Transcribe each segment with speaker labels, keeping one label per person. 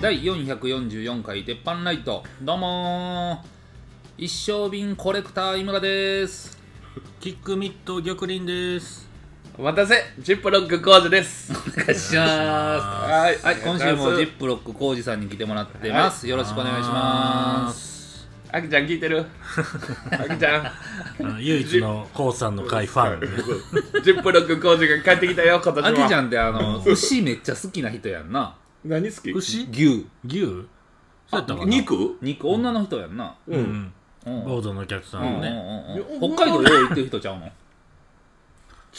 Speaker 1: 第444回鉄板ライトどうもー一生瓶コレクター井村です
Speaker 2: キックミット玉林です。
Speaker 3: お待たせジップロック工事です
Speaker 1: お願いしますはい、はい、今週もジップロック浩二さんに来てもらってます、よろしくお願いします
Speaker 2: す。
Speaker 3: あきちゃん聞いてるあきちゃん
Speaker 2: あの唯一のコウさんの会ファン、ね。
Speaker 3: ジップロック工事が帰ってきたよ今年も
Speaker 1: あきちゃんってあの牛めっちゃ好きな人やんな
Speaker 3: 何好き
Speaker 2: 牛
Speaker 1: 牛
Speaker 2: 牛そうやったかな
Speaker 3: 肉
Speaker 1: 肉女の人やんな、
Speaker 3: う
Speaker 2: うんん。
Speaker 1: うん
Speaker 2: ボードのお客さ
Speaker 1: うん
Speaker 2: ん
Speaker 1: うん
Speaker 2: ね。
Speaker 1: うんうん北海道よう行ってる人ちゃうの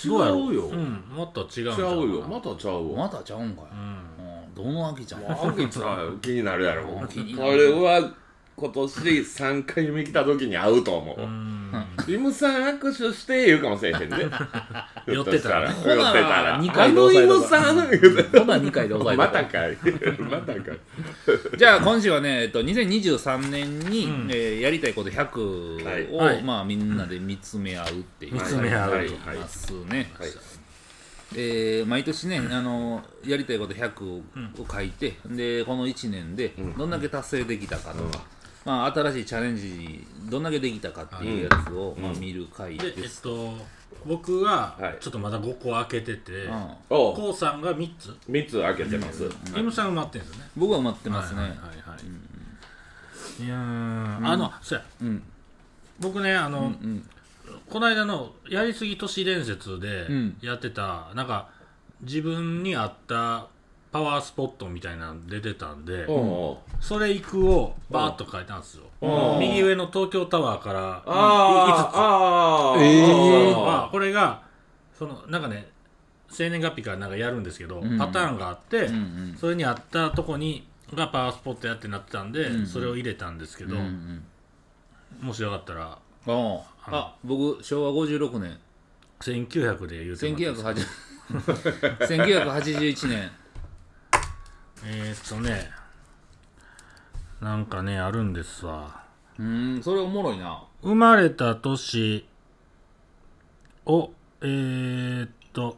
Speaker 3: 違う
Speaker 2: どやろ
Speaker 3: よ
Speaker 2: うん。もっと違うん
Speaker 3: 違
Speaker 2: ちゃかな
Speaker 3: うよまたちゃうわ
Speaker 1: まだちゃうんかい、
Speaker 2: うん。
Speaker 1: うん、どのあきちゃん
Speaker 3: あ きちゃん気になるやろ
Speaker 1: うん気になる
Speaker 3: 俺は今年3回目来た時に会うと思う、
Speaker 2: うん
Speaker 3: リムさん握手して言うかもしれへんで
Speaker 2: 寄ってたら
Speaker 3: ひょとした寄って
Speaker 1: ほ
Speaker 3: たら
Speaker 1: な二
Speaker 3: あ
Speaker 1: 回同
Speaker 3: の
Speaker 1: 棲
Speaker 3: イ
Speaker 1: と
Speaker 3: ム
Speaker 1: か
Speaker 3: さん言うて
Speaker 1: ほな2回で抑え
Speaker 3: ま
Speaker 1: とこう
Speaker 3: たかい またかい
Speaker 1: じゃあ今週はね、えっと、2023年に、
Speaker 2: うん
Speaker 1: えーやりたいこと100を、
Speaker 2: はいはい
Speaker 1: まあ、みんなで見つめ合うっていう
Speaker 2: 見つめ合う
Speaker 3: はい
Speaker 1: ことになりますね、
Speaker 3: はいはい
Speaker 1: えー毎年ねあのやりたいこと100を書いて、でこの1年で
Speaker 3: うん
Speaker 1: どんだけ達成できたかとか、まあ、新しいチャレンジにどんだけできたかっていうやつを、
Speaker 3: ん
Speaker 1: まあ、
Speaker 3: うん
Speaker 1: 見る回
Speaker 2: で、
Speaker 1: で
Speaker 2: えっ
Speaker 1: す。
Speaker 2: と、僕は
Speaker 3: はい、
Speaker 2: ちょっとまだ5個開けてて、
Speaker 1: うん
Speaker 3: おう
Speaker 2: コウさんが3つ。
Speaker 3: 3つ開けてます、
Speaker 2: リムさん埋まってんですよね。
Speaker 1: 僕は埋まってますね。
Speaker 2: はいはいはいはい。いやーあの、そうや。
Speaker 1: うん
Speaker 2: 僕ね、あの、
Speaker 1: うん
Speaker 2: この間のやりすぎ都市伝説で
Speaker 1: うん
Speaker 2: やってた、なんか自分に合ったパワースポットみたいなの出てたんで、
Speaker 3: おうおう
Speaker 2: それ行くをバーッと書いたんですよ
Speaker 3: おう
Speaker 2: 右上の東京タワーから5つ
Speaker 3: あーあー
Speaker 1: えー
Speaker 2: は
Speaker 3: あ
Speaker 2: これがそのなんかね生年月日からなんかやるんですけど、
Speaker 1: うん
Speaker 2: パターンがあって、
Speaker 1: うんうん
Speaker 2: それに合ったとこにがパワースポットやってなってたんで、
Speaker 1: ん
Speaker 2: それを入れたんですけ
Speaker 1: うんう
Speaker 2: ど、
Speaker 1: ん
Speaker 2: もしよかったら
Speaker 1: あああ僕昭和56年
Speaker 2: 1900で言うてもらって
Speaker 1: 1980 1981年
Speaker 2: えー、っとね、なんかね、あるんですわ。
Speaker 1: うーんそれおもろいな
Speaker 2: 生まれた年を、えー、っと、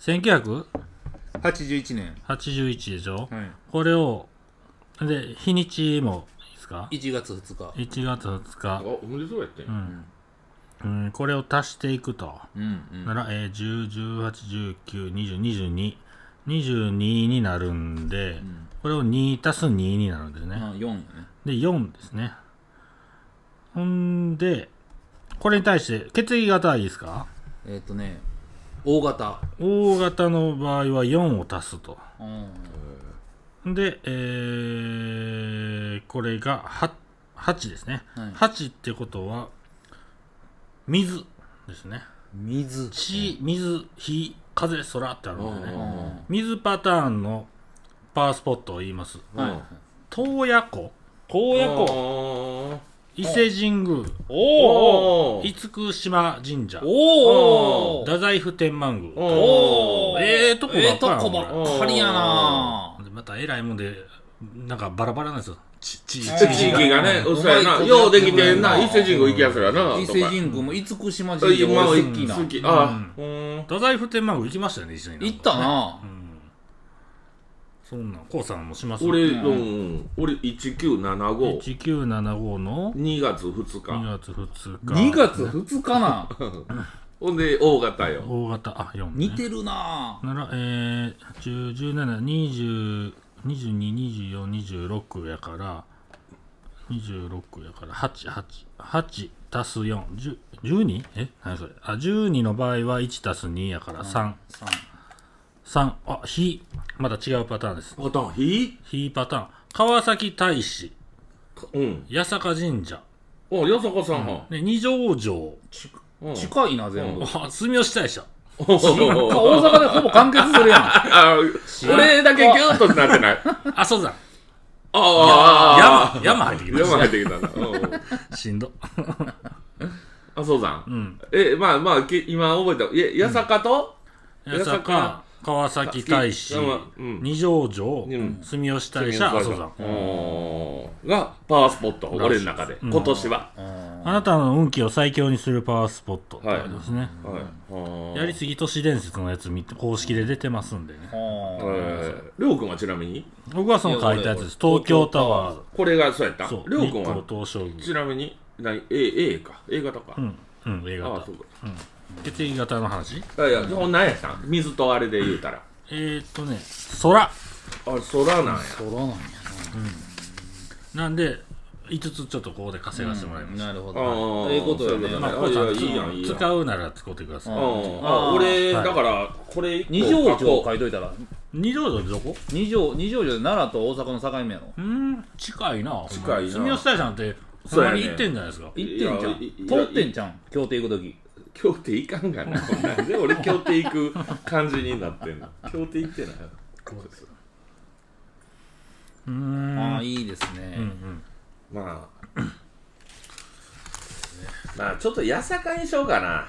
Speaker 2: 1981
Speaker 1: 81年
Speaker 2: でしょ、
Speaker 1: は
Speaker 2: これを、で、日にちもいいですか
Speaker 1: い1月2日
Speaker 2: ?1 月2
Speaker 3: あ
Speaker 2: 日、
Speaker 3: おめでとうやってん
Speaker 2: うん、これを足していくと。
Speaker 1: うんうん
Speaker 2: なら、えー、10、18、19、20、22。22になるんで、これを2足す2になるんですね。
Speaker 1: あ4やね
Speaker 2: で、4ですね。ほんで、これに対して、血液型はいいですか
Speaker 1: えっ、とね大型
Speaker 2: ?O 型の場合は4を足すと。
Speaker 1: うん
Speaker 2: で、えー、これが 8, 8ですね、
Speaker 1: はい
Speaker 2: 8ってことは、水ですね。
Speaker 1: 水
Speaker 2: 地、水、火、風、空ってあるんです
Speaker 3: う
Speaker 2: よ
Speaker 3: ん
Speaker 2: ね。
Speaker 1: あ
Speaker 2: 水パターンのパワースポットを言います。
Speaker 1: はい
Speaker 2: 洞爺湖、
Speaker 1: 洞
Speaker 3: 親
Speaker 1: 爺湖
Speaker 3: 子
Speaker 2: 伊勢神宮、
Speaker 1: おー
Speaker 3: おー
Speaker 2: 厳島神社、
Speaker 1: おー
Speaker 2: 太宰府天満宮。
Speaker 1: おー
Speaker 2: ええとこばっかり
Speaker 1: ええとこばっかりやな
Speaker 2: でまたえらいもんでなんかバラバラなんですよちち地
Speaker 1: 地
Speaker 3: 地域がね
Speaker 1: うん
Speaker 3: 嘘や
Speaker 1: う
Speaker 3: な
Speaker 1: まいこと
Speaker 3: ようできてんな
Speaker 1: うん
Speaker 3: 伊勢神宮行きやすらな
Speaker 1: 伊
Speaker 3: と
Speaker 1: 勢
Speaker 3: か
Speaker 1: 神宮も厳島神社
Speaker 3: 今
Speaker 1: も
Speaker 3: は
Speaker 1: 俺好きな
Speaker 3: 好きあうん
Speaker 2: 太宰府天満宮行きましたよね一緒に
Speaker 1: 行ったな
Speaker 2: うんそんなんこうさんもします
Speaker 3: 俺
Speaker 2: 俺
Speaker 3: うん俺19752
Speaker 2: 1975の
Speaker 3: 月2
Speaker 2: 2
Speaker 3: 日
Speaker 2: 月2日
Speaker 1: 2月2日な
Speaker 3: ほんで大型よ
Speaker 2: 大型あ4、ね、
Speaker 1: 似てるな
Speaker 2: ならえー、10 1720222426やから26やから88足す4 1 2え何それあ12の場合は1足す2やから33
Speaker 1: さ
Speaker 2: あ火また違うパターンです
Speaker 3: パターン火
Speaker 2: 火パターン川崎大師
Speaker 3: うん
Speaker 2: 八坂神社、
Speaker 3: およそこさんは
Speaker 2: ね、二条城
Speaker 3: うん
Speaker 1: 近いな全部
Speaker 2: あ住吉大社
Speaker 3: おー
Speaker 1: 大阪でほぼ完結するやん
Speaker 3: あ俺だけギューッとなってない
Speaker 2: 阿蘇山
Speaker 3: あ
Speaker 2: 山
Speaker 3: あ
Speaker 2: 山入ってきま
Speaker 3: 山入
Speaker 2: し
Speaker 3: ってきたなうん
Speaker 2: たしんど
Speaker 3: あそうさん
Speaker 2: うん
Speaker 3: えまあまあき今覚えたえ八坂と
Speaker 2: 八
Speaker 3: 八坂
Speaker 2: 坂川崎大使、
Speaker 3: うん
Speaker 2: 二条城、
Speaker 3: ん
Speaker 2: 住吉大社、阿蘇山。
Speaker 3: おーがパワースポット俺の中で今年は、
Speaker 2: あなたの運気を最強にするパワースポットってありますね。
Speaker 3: はい
Speaker 2: やりすぎ都市伝説のやつ見て公式で出てますんでね。
Speaker 1: は
Speaker 3: えーりょうくんはちなみに
Speaker 2: 僕はその書いたやつです。東京タワ
Speaker 3: これがそうやった
Speaker 2: ー。そう。
Speaker 3: りょうくん
Speaker 2: 日
Speaker 3: は
Speaker 2: 光東照
Speaker 3: ち
Speaker 2: 宮。
Speaker 3: なみに何 A, A か A 型か、
Speaker 2: うん。うん、A
Speaker 3: ああ
Speaker 2: 型
Speaker 3: そ。うか
Speaker 2: 血液型の話
Speaker 3: あいやほんなんやったん水とあれで言うたら
Speaker 2: えー、っとね、空。
Speaker 3: あ空なんや
Speaker 1: 取らないや
Speaker 2: なんで、5つちょっとここで稼がせてもらいま
Speaker 1: な
Speaker 2: す。
Speaker 1: なるほ
Speaker 3: あー
Speaker 1: どということよね
Speaker 3: そういうことね
Speaker 2: まあ、
Speaker 3: あ
Speaker 2: これちゃんと
Speaker 3: いやいいやんいいやん
Speaker 2: 使うなら使ってください。
Speaker 3: うん
Speaker 1: あー
Speaker 3: あ俺、
Speaker 2: はい
Speaker 3: だからこれ一個
Speaker 1: 二条城
Speaker 3: 書
Speaker 1: 書
Speaker 3: こ
Speaker 1: いといたら
Speaker 2: 二条城ってどこ
Speaker 1: 二条二条城で奈良と大阪の境目やろ
Speaker 2: うーん、近いな。
Speaker 3: 近いな
Speaker 2: 住吉大社なんて、そ
Speaker 3: そう
Speaker 2: ま
Speaker 3: やね
Speaker 2: に行ってんじゃないですか。
Speaker 1: 行ってんじゃん
Speaker 3: いやいい
Speaker 1: 通ってんじゃん京都行く時
Speaker 3: う協定いかんがなこんなんで俺協定行く感じになってんの協定行ってない
Speaker 2: うーん。
Speaker 1: ああいいですね
Speaker 2: うんうん。
Speaker 3: まあまあちょっと八坂にしようかな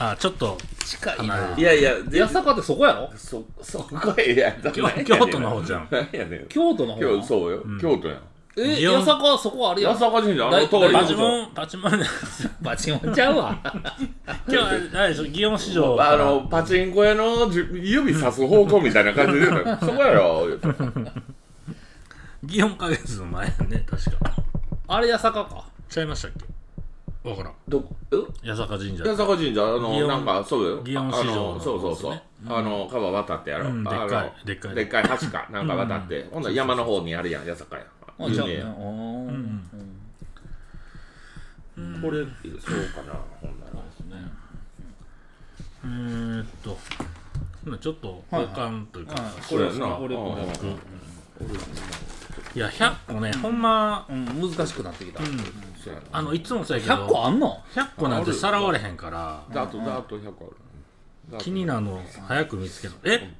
Speaker 2: あ、ちょっと、
Speaker 1: 近い
Speaker 2: 離れ
Speaker 1: な
Speaker 3: やいや全
Speaker 1: 八坂ってそこやろ
Speaker 3: そそこへいや
Speaker 2: 京
Speaker 3: なんやねん
Speaker 2: 京都の方じゃん
Speaker 3: なんやねん
Speaker 1: 京都の方
Speaker 3: 京
Speaker 1: な
Speaker 3: そうよ、京都やん
Speaker 1: え
Speaker 2: 祇園
Speaker 1: 八坂はそこあるや
Speaker 3: 八
Speaker 1: ん
Speaker 3: 坂神社あの
Speaker 1: 大
Speaker 3: 通り
Speaker 2: パ
Speaker 1: 大
Speaker 2: チ
Speaker 1: 丈
Speaker 3: の
Speaker 2: モン、パチモン、今
Speaker 1: バチモンちゃう わ
Speaker 2: 日は、あれでしょ、祇園市場から。
Speaker 3: あのパチンコ屋のじゅ指さす方向みたいな感じで言うたらそこやろ言うたら
Speaker 2: 祇園花月の前やね、確か。
Speaker 1: あれ八坂か
Speaker 2: ちゃいましたっけわからん。
Speaker 3: どこえ
Speaker 2: 八坂神社。
Speaker 3: 八坂神社あ
Speaker 2: 祇園
Speaker 3: のなんかそうよ
Speaker 2: 祇園
Speaker 3: あ
Speaker 2: 市場の
Speaker 3: のそうそうそう、
Speaker 2: ですね
Speaker 3: あの川渡ってやろ、
Speaker 2: うんでっかい
Speaker 3: あの
Speaker 2: でっかい
Speaker 3: でっかい橋かなんか渡って、ほんなら山の方にあるやん八坂や
Speaker 1: あじゃあ
Speaker 3: 有
Speaker 1: ね
Speaker 3: 名やん
Speaker 1: おーうん
Speaker 3: これそうかなほんなら
Speaker 2: えーっと、ほなちょっと交換というか、
Speaker 1: あ
Speaker 3: こ
Speaker 1: こ
Speaker 3: れ
Speaker 1: れ
Speaker 3: や
Speaker 1: です
Speaker 3: な
Speaker 1: か俺これ
Speaker 3: うん
Speaker 2: い、や、100個ね、ほんま、
Speaker 1: うん難しくなってきた
Speaker 3: そうやな
Speaker 2: あの、いつもそうやけど、
Speaker 1: 100個あんの
Speaker 2: 100個なんてさらわれへんから、
Speaker 3: ダートダート100個あるダート
Speaker 2: 気になるの早く見つける。え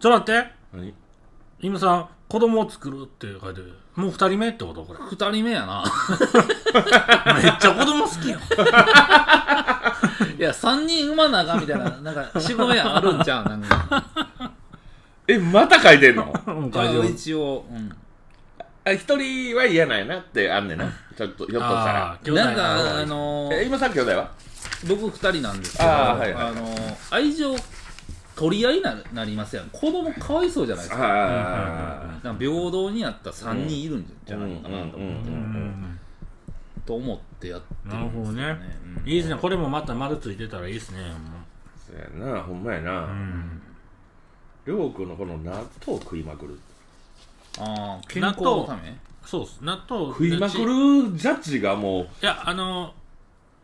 Speaker 2: ちょっと待って
Speaker 3: 何
Speaker 2: 今さん、子供を作るって書いてる。もう2人目ってことこれ。
Speaker 1: 2人目や な
Speaker 2: めっちゃ子供好きやん。
Speaker 1: いや3人馬なあかんみたいななんか仕事やあるんちゃうなん か
Speaker 3: えまた書いてんの
Speaker 2: うん書いてる
Speaker 1: あ一応うん
Speaker 3: あ一人は嫌なんやなってあんねんなちょっとひょっとした
Speaker 2: あ
Speaker 3: ら
Speaker 2: ー兄弟
Speaker 1: なんかあの
Speaker 3: え
Speaker 1: ー
Speaker 3: 今さっき兄弟は
Speaker 1: 僕2人なんですけど
Speaker 3: あーはいはい
Speaker 1: あのー愛情取り合いになるなりますやん子供かわいそうじゃないですか
Speaker 3: あ
Speaker 1: なんか平等になった3人いるんじゃないかなと思って、
Speaker 3: うんうんうん
Speaker 1: と思ってやってる
Speaker 2: なる
Speaker 1: ん
Speaker 2: ほ
Speaker 1: です
Speaker 2: ど
Speaker 1: よ
Speaker 2: ね
Speaker 1: ね、うん
Speaker 2: いいですねこれもまた丸ついてたらいいですねも
Speaker 3: あそうやなほんまやな、
Speaker 2: ううん
Speaker 3: りょうくんのこの納豆食いまくる
Speaker 1: ああ健康のため
Speaker 2: そうっす納豆
Speaker 3: 食いまくるジャッジがもう
Speaker 2: いやあの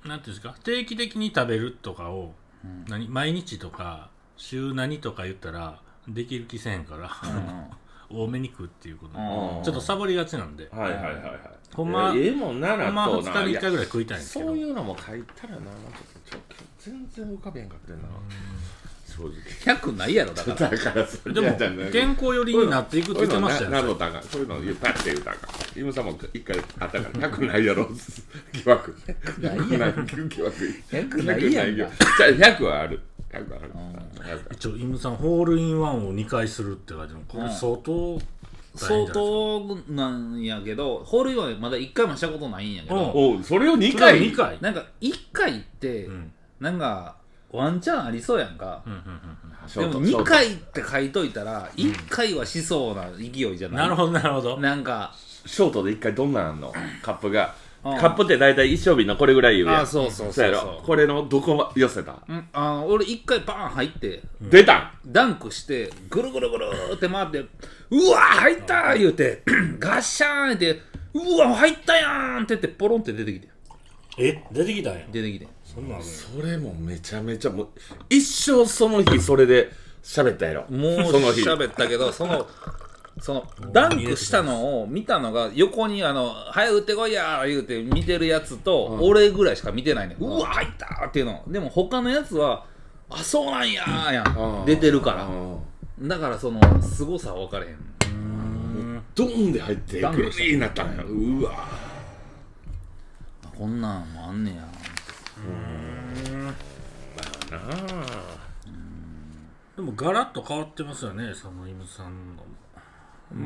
Speaker 2: なんていうんですか定期的に食べるとかを、何毎日とか週何とか言ったらできる気せんから、 多めに食うっていうこと、
Speaker 1: うん
Speaker 2: ちょっとサボりがちなんで、
Speaker 3: はいはいはいはい
Speaker 2: ほんま
Speaker 3: いやええもんな
Speaker 2: ほんま
Speaker 3: 納
Speaker 2: あ
Speaker 3: 豆
Speaker 2: 2日
Speaker 3: な
Speaker 2: に1回
Speaker 3: い
Speaker 2: ぐらい食いたいん
Speaker 3: や
Speaker 2: ですけ
Speaker 3: そ
Speaker 2: ど
Speaker 3: ういうのも書いたらななんかちょっと全然浮かべへんかってんな正直
Speaker 1: 100ないやろだから
Speaker 3: だからそれ
Speaker 2: で
Speaker 3: や
Speaker 2: も
Speaker 3: ったんだけど
Speaker 2: 健康寄りになっていくって言ってましたよ
Speaker 3: な
Speaker 2: ね
Speaker 3: るだがそういうの言ったって言うたがイムさんも一回あったから100ないやろ疑惑100ない疑惑
Speaker 1: 100ないやん
Speaker 3: 疑惑じゃあ100はある100はある
Speaker 2: 一応イムさんホールインワンを2回するって書いてあるこれ相当大変じゃない
Speaker 1: 相
Speaker 2: ですか
Speaker 1: 当なんやけどホールインワンまだ1回もしたことないんやけ
Speaker 2: うん
Speaker 1: ど
Speaker 3: おうそれを2
Speaker 2: それを
Speaker 3: 回
Speaker 2: 2回
Speaker 1: なんか1回って、
Speaker 2: ん
Speaker 1: なんかワンチャンありそうやんか、
Speaker 3: ショ
Speaker 1: で
Speaker 3: ート
Speaker 1: も
Speaker 3: ショー
Speaker 1: 2
Speaker 3: ト
Speaker 1: 回って書いといたら1回はしそうな勢いじゃない、
Speaker 2: なるほどなるほど
Speaker 1: なんか
Speaker 3: ショートで1回どんなんあんのカップが
Speaker 1: うん
Speaker 3: カップって大体一生日のこれぐらい言うやん
Speaker 1: あそうそう
Speaker 3: そう
Speaker 1: そ
Speaker 3: や
Speaker 1: う
Speaker 3: ろ
Speaker 1: そ
Speaker 3: これのどこ寄せた
Speaker 1: ううんあ俺1回バーン入って
Speaker 3: 出た
Speaker 1: ダンクしてぐるぐるぐるって回ってうわー入ったー言うて ガッシャーンってうわ入ったやんって言ってポロンって出てきて
Speaker 2: え出てきたんや
Speaker 1: 出てきて
Speaker 2: そんなんあるんや
Speaker 3: それもめちゃめちゃもう一生その日それで喋ったやろ
Speaker 1: もう
Speaker 3: その日
Speaker 1: 喋ったけどそのそのダンクしたのを見たのが横にあの「早く打ってこいや!」言うて見てるやつと俺ぐらいしか見てないね、うわ入ったーっていうのでも他のやつは「あそうなんや!」や
Speaker 3: うん
Speaker 1: ん出てるか
Speaker 3: う
Speaker 1: ら
Speaker 3: ん
Speaker 1: だからその凄さは分かれへん
Speaker 3: ドーンで入って
Speaker 1: ダン
Speaker 3: グ
Speaker 1: クした
Speaker 3: リーンなったんやうわ
Speaker 1: あこんなんもあんねや
Speaker 3: なあ
Speaker 2: でもガラッと変わってますよねそのイムさんの
Speaker 1: うー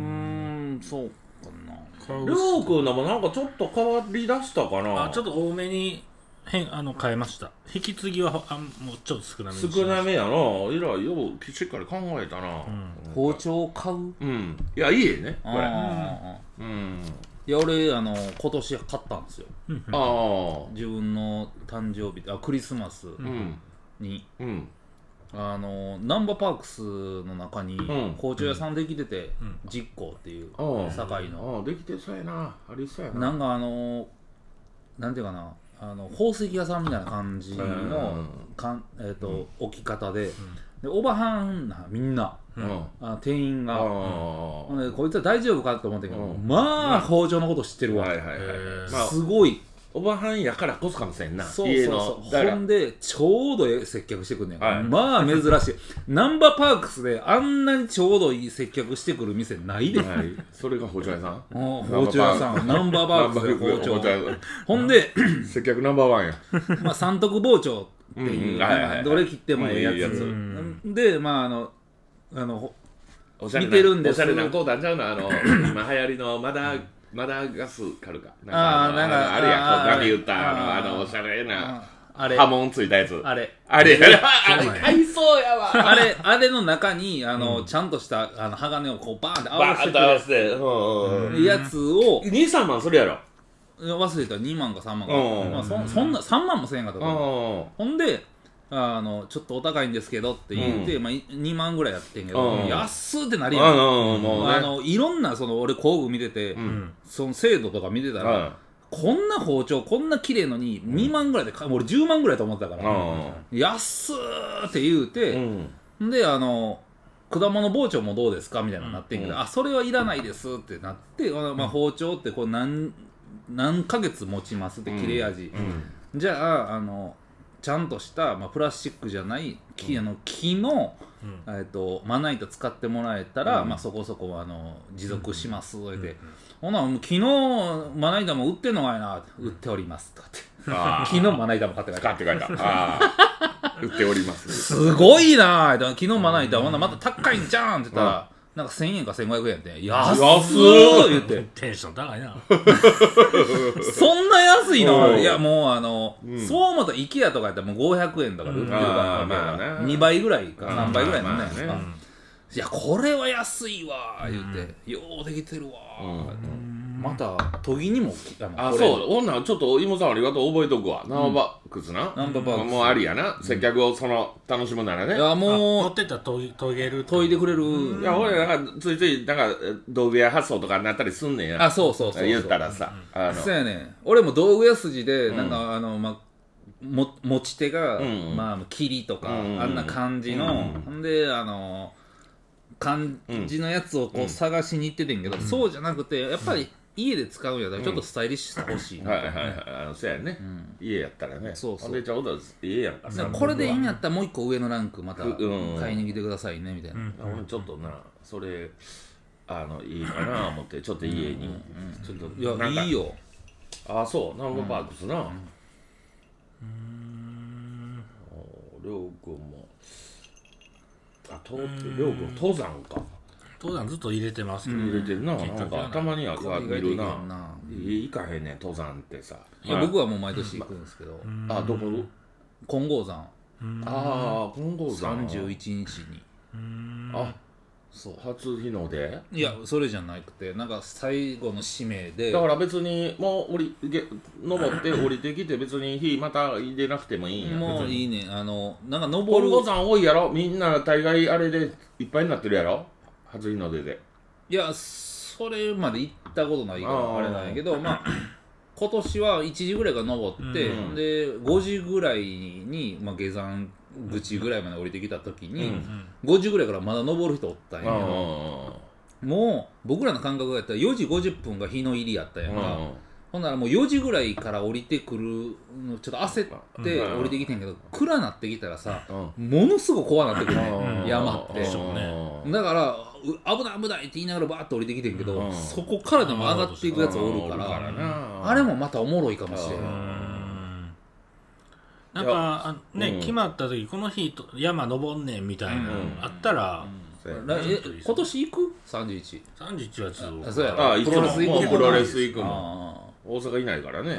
Speaker 1: んそうかな
Speaker 2: 顔
Speaker 3: りょうくんのもなんかちょっと変わりだしたかな
Speaker 2: あちょっと多めに変あの変えました引き継ぎはあんもうちょっと少なめにしました
Speaker 3: 少なめやなえらいようしっかり考えたな
Speaker 1: 包丁を買う
Speaker 3: うんいやいいねこれ
Speaker 1: あー
Speaker 3: うん
Speaker 1: いや俺あの今年買ったんですよ
Speaker 3: ああ
Speaker 1: 自分の誕生日あクリスマス
Speaker 3: うん
Speaker 1: に、
Speaker 3: うん
Speaker 1: あのナンバーパークスの中に
Speaker 3: ん
Speaker 1: 包丁屋さんできてて、
Speaker 2: ん
Speaker 1: 実行っていう
Speaker 3: ああ
Speaker 1: 堺の、
Speaker 3: ああできてそうやなありそうやな
Speaker 1: なんかあのなんていうかなあの宝石屋さんみたいな感じのかん、えーと置き方で,、でおばはんなみんな
Speaker 3: うん
Speaker 1: あ店員
Speaker 3: あ
Speaker 1: が、
Speaker 3: あ
Speaker 1: ほんでこいつは大丈夫かと思ったけど、
Speaker 3: うん
Speaker 1: まあ包丁のこと知ってるわ、
Speaker 3: はいはいはい
Speaker 2: へー
Speaker 3: まあ
Speaker 1: すごい
Speaker 3: おばはんやからこそかもしれんな
Speaker 1: そう
Speaker 3: 家
Speaker 1: そう
Speaker 3: の
Speaker 1: そう
Speaker 3: だか
Speaker 1: ほ
Speaker 3: ら
Speaker 1: んでちょうどええ接客してくんねん、
Speaker 3: はい
Speaker 1: まあ珍しい ナンバーパークスであんなにちょうどいい接客してくる店ないで、
Speaker 3: はいそれが包丁屋さん
Speaker 1: もう包丁屋さんナンバーパークスで包
Speaker 3: ナンバーパー
Speaker 1: 丁
Speaker 3: ク
Speaker 1: ほんで、
Speaker 3: 接客ナンバーワンや
Speaker 1: まあ、三徳包丁っていう、
Speaker 3: うんうんはいはいはい
Speaker 1: どれ切ってもええやつ,、
Speaker 3: うん
Speaker 1: でまああのあのほ
Speaker 3: おしゃれな
Speaker 1: 見てるんです
Speaker 3: おしゃれなこうだんちゃうのあの 今流行りのマダマダガスカルかなん
Speaker 1: あー
Speaker 3: の
Speaker 1: なんか
Speaker 3: あのあれやこ
Speaker 1: あー
Speaker 3: うガビ言った
Speaker 1: あ
Speaker 3: あ
Speaker 1: ー
Speaker 3: のあのおしゃれな
Speaker 1: あれ
Speaker 3: 波紋ついたやつ
Speaker 1: あれ
Speaker 3: あれあ
Speaker 2: そうな
Speaker 3: れ
Speaker 2: んや
Speaker 3: 買いそうやわ
Speaker 1: あれあれの中にあの、ちゃんとしたあの鋼をこうバーンって合
Speaker 3: バ
Speaker 1: わ
Speaker 3: ー
Speaker 1: せ
Speaker 3: ッと合わ
Speaker 1: て
Speaker 3: せてうんうん
Speaker 1: るやつを
Speaker 3: 23万するやろ
Speaker 1: 忘れたら2万か3万か、
Speaker 3: うん
Speaker 1: まあ、そそんな3万もせえへんかったと思う
Speaker 3: うん
Speaker 1: ほんであのちょっとお高いんですけどって言って、
Speaker 3: う
Speaker 1: まあ、い2万ぐらいやってんけど、
Speaker 3: うん
Speaker 1: 安ってなり
Speaker 3: う
Speaker 1: やん、
Speaker 3: んうんもうね
Speaker 1: あのいろんなその俺工具見てて、
Speaker 2: うん
Speaker 1: その精度とか見てたら、こんな包丁こんな綺麗のに2万ぐらいで買う俺10万ぐらいと思ってたから、
Speaker 3: う
Speaker 1: 安ーって言うて、
Speaker 3: んうん
Speaker 1: んであの果物包丁もどうですかみたいなのになってんけど、
Speaker 3: うん
Speaker 1: あそれはいらないですってなって、あのまあ、包丁ってこう何何ヶ月持ちますって切れ味、
Speaker 3: うん
Speaker 1: じゃああのちゃんとした、まあ、プラスチックじゃない木,、あの木の、
Speaker 2: うん
Speaker 1: えっとまな板使ってもらえたら、
Speaker 3: うん
Speaker 1: まあ、そこそこあの持続します、う
Speaker 2: うん
Speaker 1: でほなもう昨日まな板も売ってんのかいなって売っておりますとかって
Speaker 3: あ
Speaker 1: 昨日まな板も買って帰っ
Speaker 3: 買
Speaker 1: た
Speaker 3: っ て書いたああ売っております
Speaker 1: すごいなーって昨日まな板ほなまた高いんじゃんって言ったら、なんか1000円か1500円って安っ
Speaker 3: 安
Speaker 1: ー言っ
Speaker 2: うん
Speaker 1: て
Speaker 2: テンション高いな
Speaker 1: そんな安いの、
Speaker 3: うん
Speaker 1: いやもうあの、
Speaker 3: うん
Speaker 1: そう思ったら IKEA とかやったらもう500円とかで売ってるから、
Speaker 3: うんまあまあね
Speaker 1: 2倍ぐらいか
Speaker 3: うん
Speaker 1: 3倍ぐらいなんじゃないですか、
Speaker 3: まあま
Speaker 1: いやこれは安いわー言って、ようできてるわー、また研ぎにも来あの
Speaker 3: あ
Speaker 1: これ
Speaker 3: そう女ちょっと芋さんありがとう覚えとくわナンバークスな
Speaker 1: ナンバーバックス
Speaker 3: もうありやな接客をその楽しむならね
Speaker 1: いや
Speaker 2: 持
Speaker 1: も
Speaker 2: ってたらと研げる
Speaker 1: う研いでくれる、
Speaker 3: いや俺なんかついついなんかえ道具屋発想とかになったりすんねんや
Speaker 1: あそうそうそうそう
Speaker 3: 言ったらさあ
Speaker 1: そう
Speaker 3: の
Speaker 1: やねん俺も道具屋筋で
Speaker 3: ん
Speaker 1: なんか、あのまも持ち手が、
Speaker 3: うん
Speaker 1: まあ切りとか、
Speaker 3: うん
Speaker 1: あんな感じの、
Speaker 3: うん
Speaker 1: ほんであの感じのやつをこう探しに行っててんけど、そうじゃなくてやっぱり家で使うんやったらちょっとスタイリッシュしてほしいな
Speaker 3: は
Speaker 1: と、
Speaker 3: いはいはいあのそうやね家やったらね
Speaker 1: そうそう
Speaker 3: ほんでちょうど家やんか
Speaker 1: だ
Speaker 3: さ
Speaker 1: からこれでいいんやったらもう一個上のランクまた
Speaker 3: うん
Speaker 1: 買いに来てくださいねみたいな、
Speaker 3: 俺ちょっとなそれあのいいかな思ってちょっと家にちょっ
Speaker 1: いや
Speaker 3: となんか
Speaker 1: いいよ
Speaker 3: あそうナンバーパークスなうんりょうくんもあとりょうくん登山か
Speaker 2: 登山ずっと入れてますけど
Speaker 3: 入れてるな
Speaker 2: きっ
Speaker 3: な
Speaker 2: か
Speaker 3: ん
Speaker 2: けは
Speaker 3: か
Speaker 2: ない
Speaker 3: たまにはこう
Speaker 1: 意
Speaker 3: 見る
Speaker 1: 外とい
Speaker 3: ない
Speaker 1: かんない
Speaker 3: 行かへんねん登山ってさ
Speaker 1: いや僕はもう毎年行くんですけど、
Speaker 3: あどこ
Speaker 1: 金剛山
Speaker 3: ああ金剛山
Speaker 1: 31日に
Speaker 3: あ
Speaker 1: そう
Speaker 3: 初日の出
Speaker 1: いやそれじゃなくてなんか最後の使命で
Speaker 3: だから別にもう降りげ登って降りてきて別に火また入れなくてもいいんや
Speaker 1: もういいねあのなんか
Speaker 3: 金
Speaker 1: 登
Speaker 3: 剛
Speaker 1: る
Speaker 3: 山多いやろみんな大概あれでいっぱいになってるやろ初日の出で
Speaker 1: いやそれまで行ったことないか
Speaker 3: あー
Speaker 1: らあれなんやけど まあ今年は1時ぐらいから登って、
Speaker 3: うん
Speaker 1: で5時ぐらいに、まあ、下山口ぐらいまで降りてきた時に、
Speaker 3: うん
Speaker 1: 5時ぐらいからまだ登る人おったんやけど、もう僕らの感覚やったら4時50分が日の入りやったんやんか、ほんならもう4時ぐらいから降りてくるのちょっと焦って
Speaker 3: うん
Speaker 1: 降りてきてんけど、暗なってきたらさ
Speaker 3: うん
Speaker 1: ものすごい怖なってくるね、
Speaker 3: うん
Speaker 1: 山って
Speaker 3: うん
Speaker 1: そう
Speaker 2: ね
Speaker 1: だからう危ない危ないって言いながらバーッと降りてきてんけど、
Speaker 3: うん
Speaker 1: そこからでも上がっていくやつおるから,、
Speaker 3: な
Speaker 1: あれもまたおもろいかもしれん、
Speaker 3: うん
Speaker 2: うんなんかあのね、
Speaker 3: うん
Speaker 2: 決まった時この日と山登んねんみたいなの
Speaker 3: うん
Speaker 2: あったら、
Speaker 3: そうやな
Speaker 1: らえ今年行く ?31
Speaker 2: 31はずっ
Speaker 1: あそうやろ
Speaker 3: ああいつ
Speaker 1: プロ
Speaker 3: も
Speaker 1: レス行
Speaker 3: も
Speaker 1: く
Speaker 3: うプロレス行くもん
Speaker 1: あ
Speaker 3: 大阪いないからね、